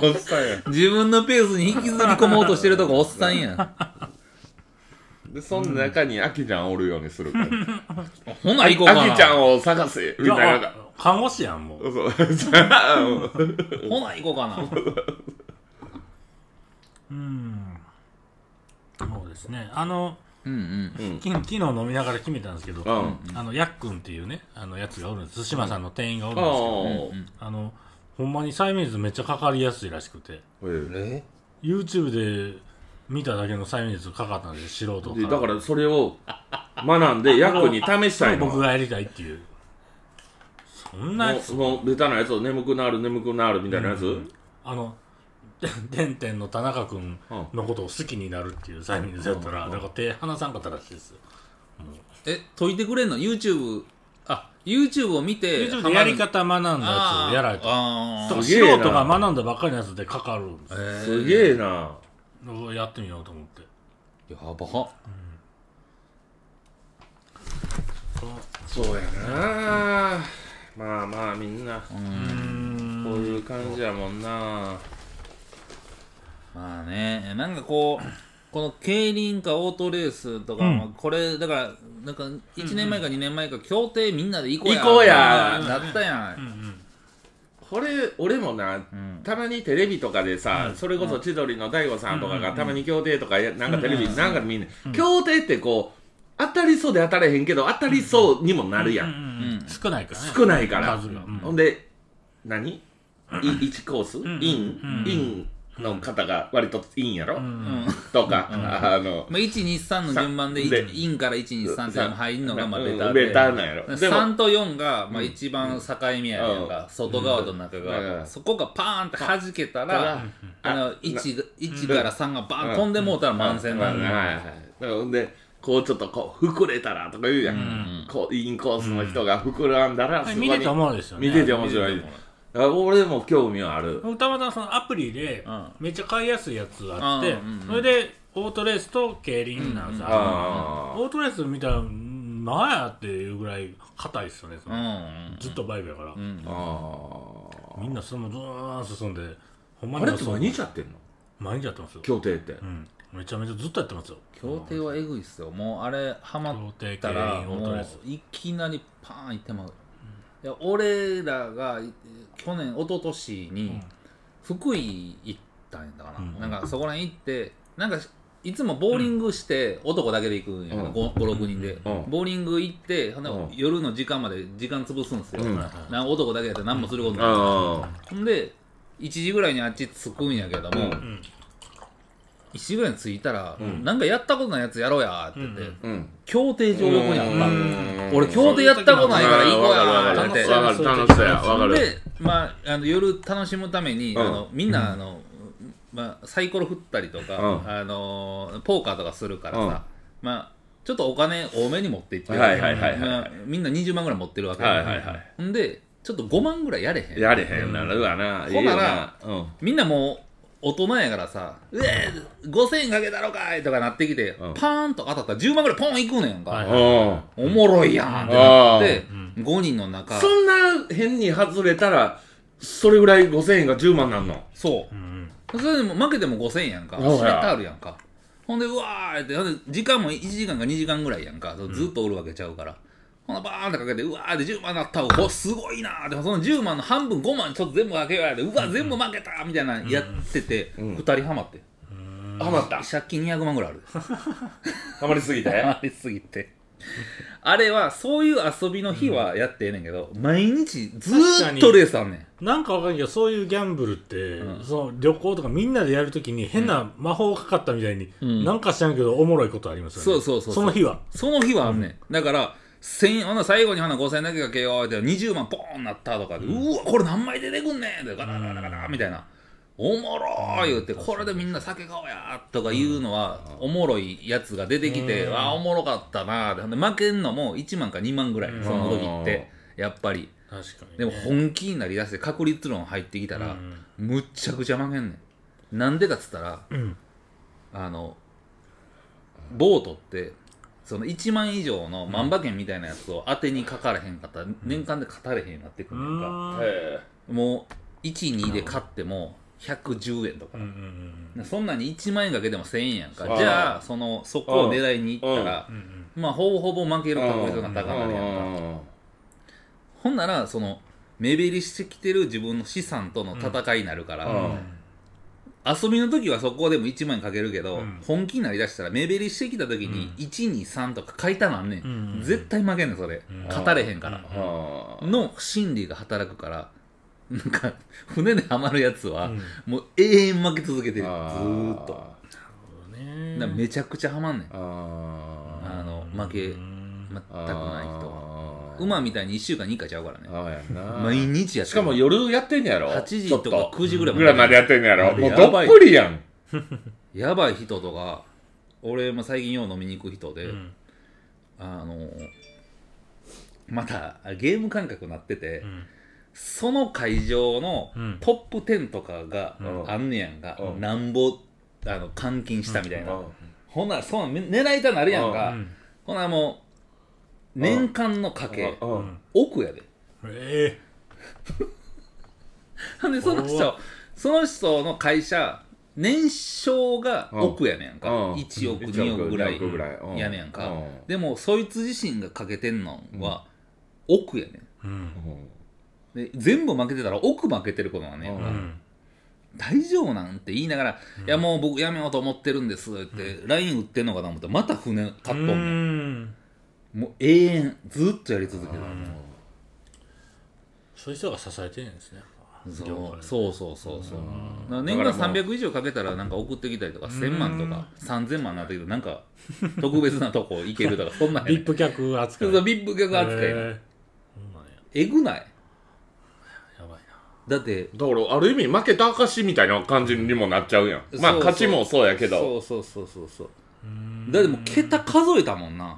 Speaker 3: おっさんや
Speaker 1: 自分のペースに引きずり込もうとしてるとこおっさんやん。
Speaker 3: でその中にアキちゃんおるようにするから
Speaker 1: ほな、行こうかな。
Speaker 3: アキちゃんを探せみ
Speaker 2: じ
Speaker 3: た
Speaker 2: ゃ
Speaker 3: いな
Speaker 2: あ看護師やんもう
Speaker 3: そうじゃあうん
Speaker 1: ほな、行こうかな。
Speaker 2: うんそうですねあの
Speaker 1: うんうん。
Speaker 3: うん
Speaker 2: き昨日飲みながら決めたんですけど、
Speaker 3: うん
Speaker 2: あのやっくんっていうねあのやつがおるんです対馬さんの店員がおるんですけど、
Speaker 3: あ
Speaker 2: あのほんまに催眠術めっちゃかかりやすいらしくて
Speaker 3: あえ
Speaker 2: YouTube で見ただけの催眠術かかったんですよ素人
Speaker 3: え
Speaker 2: から
Speaker 3: だからそれを学んで役に試したいの
Speaker 2: 僕がやりたいっていうそんなやつ
Speaker 3: もうもうベタなやつを眠くなる眠くなるみたいなやつ、
Speaker 2: あの 「てんてん」の田中君のことを好きになるっていう催眠術やったら、
Speaker 3: うん
Speaker 2: だから手離さんかったらしいですよ
Speaker 1: え、解いてくれんの ?YouTube、あ、YouTube を見て、
Speaker 2: YouTube でやり方学んだやつをやられた
Speaker 1: あー
Speaker 2: 素
Speaker 3: すげえな
Speaker 2: 人が学んだばっかりのやつでかかるんです
Speaker 1: あー。
Speaker 3: す
Speaker 1: え
Speaker 3: げえな
Speaker 2: よやってみようと思って
Speaker 1: ー。やば。
Speaker 3: そうやなまあまあみんな
Speaker 1: う。
Speaker 2: うんん
Speaker 3: こういう感じやもんな
Speaker 1: まあね、なんかこう、この競輪かオートレースとか、
Speaker 2: うん
Speaker 1: まあこれ、だから、なんか1年前か2年前か、協定みんなで行こうや。
Speaker 3: 行こうや
Speaker 1: なったや。
Speaker 2: うんん
Speaker 3: これ俺もな
Speaker 1: うん。
Speaker 3: たまにテレビとかでさ、それこそ千鳥の大悟さんとかがたまに競艇とかやなんかテレビなんか見んねん競艇ってこう当たりそうで当たれへんけど当たりそうにもなるや
Speaker 2: うんんうんうん少ないからね
Speaker 3: 少ないから
Speaker 2: 数がうん
Speaker 3: ほんで、何い ?1 コース
Speaker 2: ん
Speaker 3: イン
Speaker 2: うん、
Speaker 3: インの方が割とインやろ
Speaker 2: うん
Speaker 1: うん
Speaker 3: とか、あの、
Speaker 1: まあ、123の順番で
Speaker 3: で
Speaker 1: インから123って入るのがまあベター
Speaker 3: うん
Speaker 1: で
Speaker 3: ベターなんやろ。でも、
Speaker 1: 3と4がまあ一番境目やねんか、
Speaker 3: うん
Speaker 1: 外側と中側、
Speaker 3: うん
Speaker 1: そこがパーンって弾けた
Speaker 3: た
Speaker 1: ら
Speaker 3: だ
Speaker 1: あの 1, 1から3がバーン飛んでもうたら満線な
Speaker 3: うんん
Speaker 1: だ、
Speaker 3: はいはいだからほんで、こうちょっとこう、膨れたらとか言うやん。こう、インコースの人が膨らんだら、
Speaker 2: あれ
Speaker 3: そこ
Speaker 2: 見
Speaker 3: に
Speaker 2: てて思うですよね
Speaker 3: 見てて面白い。あ俺も興味はある。
Speaker 2: 僕たまたまそのアプリで
Speaker 1: うん
Speaker 2: めっちゃ買いやすいやつあって、
Speaker 1: あーうんうん
Speaker 2: それでオートレースと競輪なんですよ、
Speaker 3: あ
Speaker 2: オートレース見たらんなんやっていうぐらい硬いですよねそ
Speaker 1: うん
Speaker 2: の
Speaker 1: うん
Speaker 2: ずっとバイブやから、
Speaker 1: うん
Speaker 3: あ。あ
Speaker 2: みんなそのままずーん進んでほん
Speaker 3: あ。あ
Speaker 2: まに
Speaker 3: れって毎日やってんの
Speaker 2: 毎日やってますよ、
Speaker 3: 競艇って
Speaker 2: う。ん、めちゃめちゃずっとやってますよ
Speaker 1: 協定はえぐいっすよもうあれハマ
Speaker 2: 競艇
Speaker 1: った
Speaker 2: 競
Speaker 1: ら
Speaker 2: 輪オー
Speaker 1: も
Speaker 2: ト
Speaker 1: う
Speaker 2: レース
Speaker 1: いきなりパーンいってまう、いや俺らがい去年一昨年に福井行ったんやったかな、
Speaker 2: うん
Speaker 1: なんかそこら辺行ってなんかいつもボーリングして男だけで行くんや、
Speaker 3: うん
Speaker 1: 56人で、
Speaker 3: うん
Speaker 1: ボーリング行ってほんで
Speaker 3: うん
Speaker 1: 夜の時間まで時間潰すんですよ、
Speaker 3: うん
Speaker 1: なんか男だけやったら何もすることない、
Speaker 3: あ
Speaker 1: ほんで1時ぐらいにあっち着くんやけども、
Speaker 3: うん
Speaker 2: うん
Speaker 1: 1時ぐらいに着いたら、
Speaker 3: ん
Speaker 1: なんかやったことないやつやろうやって言って、
Speaker 2: うんうん
Speaker 3: あ。うん。
Speaker 1: 競艇場横にあった
Speaker 3: うん
Speaker 1: の俺競艇やったことないから行こうや
Speaker 3: わか
Speaker 1: っ
Speaker 3: る
Speaker 1: て
Speaker 3: わかる楽しそうやわかる
Speaker 1: で、まあ、あの夜楽しむために、
Speaker 3: うん
Speaker 1: あのみんなあの、まあ、サイコロ振ったりとか、
Speaker 3: うん
Speaker 1: あのポーカーとかするからさ、まあ、ちょっとお金多めに持っていってる、
Speaker 3: はいはいはいはい
Speaker 1: まあみんな20万ぐらい持ってるわけ、
Speaker 3: はいはいは
Speaker 1: ほんでちょっと5万ぐらいやれへん
Speaker 3: やれへんなるわな。
Speaker 1: ほんなら
Speaker 3: いいよな、
Speaker 1: みんなもう大人やからさ「うえ5000円かけたろかい!」とかなってきて、
Speaker 3: うん
Speaker 1: パーンと当たったら10万ぐらいポンいくねんか、
Speaker 2: はい
Speaker 3: うん。うん。
Speaker 1: おもろいやんってなって、
Speaker 2: う
Speaker 1: 5人の中
Speaker 3: そんな変に外れたら、それぐらい5000円が10万なんの。
Speaker 1: そう
Speaker 2: うんうん
Speaker 1: それでも負けても5000円やんか
Speaker 3: ほら
Speaker 1: 締めてあるやんかほんでうわーってほんで時間も1時間か2時間ぐらいやんかずっとおるわけちゃうから、ほなバーンってかけてうわーって10万なったわおすごいなーってその10万の半分5万ちょっと全部かけようやでうわ全部負けたーみたいなのやってて、
Speaker 3: ん
Speaker 1: 2人ハマって
Speaker 3: ハマった。
Speaker 1: 借金200万ぐらいある
Speaker 3: ハマりす ぎて。
Speaker 1: ありすぎて。あれは、そういう遊びの日はやってええねんけど、毎日ずーっとレースあんねん。
Speaker 2: なんかわかんないけどそういうギャンブルって、その旅行とかみんなでやるときに変な魔法かかったみたいに、
Speaker 1: ん
Speaker 2: なんか知らんけどおもろいことありますよね
Speaker 1: そうそうそうそう
Speaker 2: その日は
Speaker 1: その日はあんねん。だから、千ほな最後にほな5000円だけかけようって、20万ポーンなったとかで、うわ、これ何枚出てくんねんって、ガラガラガラガラみたいな。おもろー言うて、これでみんな酒買おうやーとか言うのは、おもろいやつが出てきて、あーおもろかったなーって。ほんで負けんのも1万か2万ぐらい、その時って、やっぱり。
Speaker 2: 確かに
Speaker 1: でも本気になりだして確率論入ってきたら、
Speaker 2: うん
Speaker 1: むっちゃくちゃ負けんねんなんでかっつったら、
Speaker 2: ん
Speaker 1: あのボートってその1万以上の万馬券みたいなやつを当てにかからへんかったら、年間で勝たれへんようになってくるんやんか、
Speaker 3: へ
Speaker 1: もう12で勝っても110円とか
Speaker 2: うんうんうん
Speaker 1: そんなに1万円かけても1000円やん
Speaker 3: そ
Speaker 1: か
Speaker 3: う
Speaker 1: じゃあそのそこを狙いに行ったら
Speaker 2: うんうん
Speaker 1: まあほぼほぼ負け
Speaker 3: え
Speaker 1: る確率が高なるやんか
Speaker 3: うん
Speaker 1: ほんならその目減りしてきてる自分の資産との戦いになるから、
Speaker 3: うん
Speaker 1: 遊びの時はそこでも1万円かけるけど、
Speaker 2: うん
Speaker 1: 本気になりだしたら目減りしてきた時に123とか書いたなんねん、
Speaker 2: うん
Speaker 1: 絶対負けんねんそれ、
Speaker 2: うん
Speaker 1: 勝たれへんから、
Speaker 3: はあ
Speaker 1: の心理が働くからなんか船でハマるやつは、
Speaker 2: うん
Speaker 1: もう永遠負け続けてるず
Speaker 3: あ
Speaker 1: ーっと
Speaker 2: そうね
Speaker 1: だからめちゃくちゃハマんねん
Speaker 3: あ
Speaker 1: あの負け全く
Speaker 2: うん
Speaker 1: ない人は
Speaker 3: は
Speaker 1: 馬みたいに1週間に1回ちゃうからね
Speaker 3: ああやな
Speaker 1: 毎日やって
Speaker 3: し
Speaker 1: る
Speaker 3: かも夜やってんねやろ
Speaker 1: 8時
Speaker 3: ちょっ
Speaker 1: とか9時ぐらい
Speaker 3: ぐらいまでやってんねや
Speaker 1: あ
Speaker 3: ろ
Speaker 1: れ
Speaker 3: もう
Speaker 1: や
Speaker 3: ど
Speaker 1: ば
Speaker 3: っ
Speaker 1: い
Speaker 3: ぷりやん
Speaker 1: やばい人とか俺も最近よう飲みに行く人で、
Speaker 2: うん
Speaker 1: あのまたゲーム感覚になってて、
Speaker 2: うん
Speaker 1: その会場の
Speaker 2: うん
Speaker 1: トップ10とかが
Speaker 3: うん
Speaker 1: あんねやんか、
Speaker 3: うん
Speaker 1: なんぼあの監禁したみたいな、
Speaker 3: うん
Speaker 1: ほんならそんなん狙いたなるやんか、
Speaker 2: うん
Speaker 1: ほんならもう年間の家計
Speaker 3: うん
Speaker 2: うん
Speaker 1: 奥やで
Speaker 2: え
Speaker 1: ほんでその
Speaker 2: う
Speaker 1: 人その人の会社年商が奥やねんか、
Speaker 3: うん
Speaker 1: 1億2億ぐらい
Speaker 3: 1億2億ぐらいうん
Speaker 1: やねんか、
Speaker 3: うん
Speaker 1: でもそいつ自身がかけてんのは奥やねん
Speaker 2: えうん
Speaker 1: で全部負けてたら奥負けてることはね、
Speaker 3: うん
Speaker 2: うん
Speaker 1: 大丈夫なんて言いながら、いやもう僕やめようと思ってるんですって、ライン売ってんのかな思ったらまた船買っとんねん
Speaker 2: うん
Speaker 1: もう永遠ずっとやり続ける、
Speaker 2: そういう人が支えてるんですね
Speaker 1: そう
Speaker 2: う
Speaker 1: そうそうそうそうだから年間
Speaker 3: だからもう
Speaker 1: 300以上かけたらなんか送ってきたりとか1000万とか3000万になってきてなんか特別なとこ行けるとかそんなんやね
Speaker 2: ビ
Speaker 1: ん
Speaker 2: ップ客扱
Speaker 1: そ
Speaker 2: いう
Speaker 1: そうビップ客扱い
Speaker 2: へ
Speaker 1: やねん
Speaker 2: えそうなんや
Speaker 1: えぐない
Speaker 2: やばいな
Speaker 1: だって
Speaker 3: だからある意味負けた証みたいな感じにもなっちゃうやんまあ
Speaker 1: そうそう
Speaker 3: 勝ちもそうやけど
Speaker 1: そうそうそうそうそうだってもう桁数えたもんな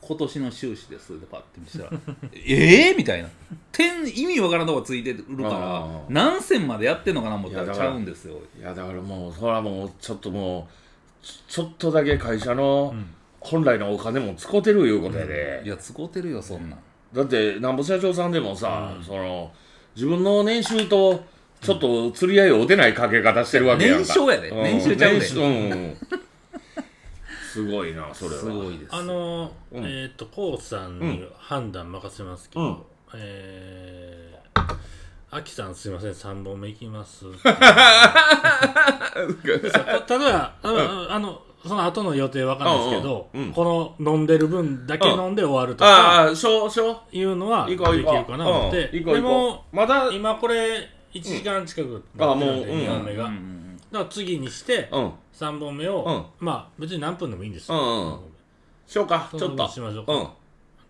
Speaker 1: 今年の収支ですってパッて見せたら ええみたいな点意味わからんとこついてるか
Speaker 3: あ
Speaker 1: ら
Speaker 3: ー
Speaker 1: 何千までやってんのかな思ったら
Speaker 3: いやだ
Speaker 1: ち
Speaker 3: から
Speaker 1: ゃうんですよ
Speaker 3: いやだからもうそれはもうちょっともうちちょっとだけ会社の本来のお金も使うてるいうことやで
Speaker 1: いやつこうてるよそんなん
Speaker 3: だってなんぼ社長さんでもさ、その自分の年収とちょっと釣り合いを打てないかけ方してるわけやんか
Speaker 1: 年商やで
Speaker 3: うん
Speaker 1: 年収ちゃうで
Speaker 3: 年収うんすごいなそれは
Speaker 1: すごいです
Speaker 2: あのー
Speaker 3: うん
Speaker 2: えっ、とコウさんに判断任せますけど、
Speaker 3: うん
Speaker 2: えー、アキさんすいません3本目いきます ってそうたただあのあのその後の予定わかんないですけど、
Speaker 3: うんうんうん
Speaker 2: この飲んでる分だけ飲んで終わるとか
Speaker 3: ああ小小
Speaker 2: いうのはで
Speaker 3: 行
Speaker 2: き
Speaker 3: こう
Speaker 2: る
Speaker 3: 行こう
Speaker 2: かな思って、
Speaker 3: うん行こう
Speaker 2: で
Speaker 3: 行こ
Speaker 2: も
Speaker 3: うまだうん
Speaker 2: 今これ1時間近くなってるん
Speaker 3: あもう
Speaker 2: で、
Speaker 3: うん
Speaker 2: 2本目が、
Speaker 1: うんうん
Speaker 2: だ
Speaker 1: うん
Speaker 2: から次にして
Speaker 3: うん
Speaker 2: 3本目を、
Speaker 3: う
Speaker 2: まあ別に何分でもいいんです
Speaker 3: う
Speaker 2: よ、
Speaker 3: んうんしようか
Speaker 2: そ
Speaker 3: ちょっ
Speaker 2: の
Speaker 3: と
Speaker 2: しましょうか
Speaker 3: うん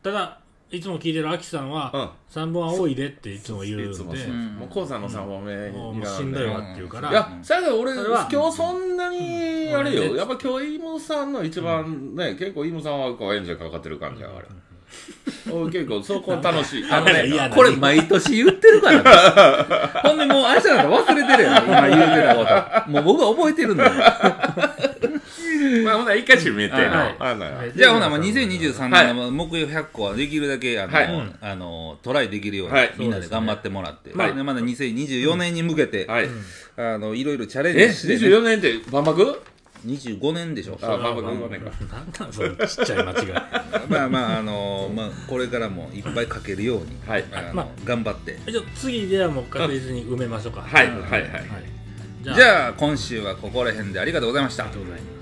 Speaker 2: ただいつも聞いてるアキさんは、
Speaker 3: うん
Speaker 2: 3本は多いでっていつも言うん
Speaker 3: い
Speaker 2: で
Speaker 3: つもそう
Speaker 2: も
Speaker 1: ん
Speaker 3: もうコウさんの3本目
Speaker 2: うも
Speaker 3: に
Speaker 2: う
Speaker 3: な
Speaker 2: しんどいわっていうか
Speaker 1: う
Speaker 2: ら
Speaker 1: ん
Speaker 3: いや、そやけど俺、
Speaker 2: それは
Speaker 3: 今日そんなに、あれ
Speaker 2: う
Speaker 3: よ、
Speaker 2: ん
Speaker 3: やっぱ今日、イムさんの一番ね、結構イムさんはこうエンジンかかってる感じやから。 おい結構、そこ楽 しい。あの
Speaker 2: いやい
Speaker 3: ね、
Speaker 2: や
Speaker 1: これ毎年言ってるからねほんでもう明日なんか忘れてるやん今言うてたこともう僕は覚えてるんだよ
Speaker 3: まあ、ほな、一回閉めて。
Speaker 1: はい
Speaker 3: はいあの
Speaker 2: はい
Speaker 1: じゃあほな、まあ、2023年の目標100個はできるだけあの、
Speaker 3: はい
Speaker 1: あのトライできるように、
Speaker 3: はい
Speaker 1: みんなで頑張ってもらって、
Speaker 3: そうですね
Speaker 1: でまだ2024年に向けて、
Speaker 3: はい。
Speaker 1: あのいろいろチャレン
Speaker 3: え、
Speaker 1: ジして、ね、
Speaker 3: 24年って万博
Speaker 1: 25年でしょ
Speaker 3: あ、万博5年か。
Speaker 2: なんなんそのちっちゃい 間違い
Speaker 1: まあまああの、まあ、これからもいっぱい書けるように、
Speaker 3: はい
Speaker 1: あの
Speaker 2: まあ
Speaker 1: 頑張って
Speaker 2: えじゃあ次ではもう確実に埋めましょうか
Speaker 3: はい、
Speaker 2: は
Speaker 3: はい、はい。
Speaker 2: いじゃあ
Speaker 1: じゃあ今週はここら辺でありがとうございました
Speaker 2: ありがとうございます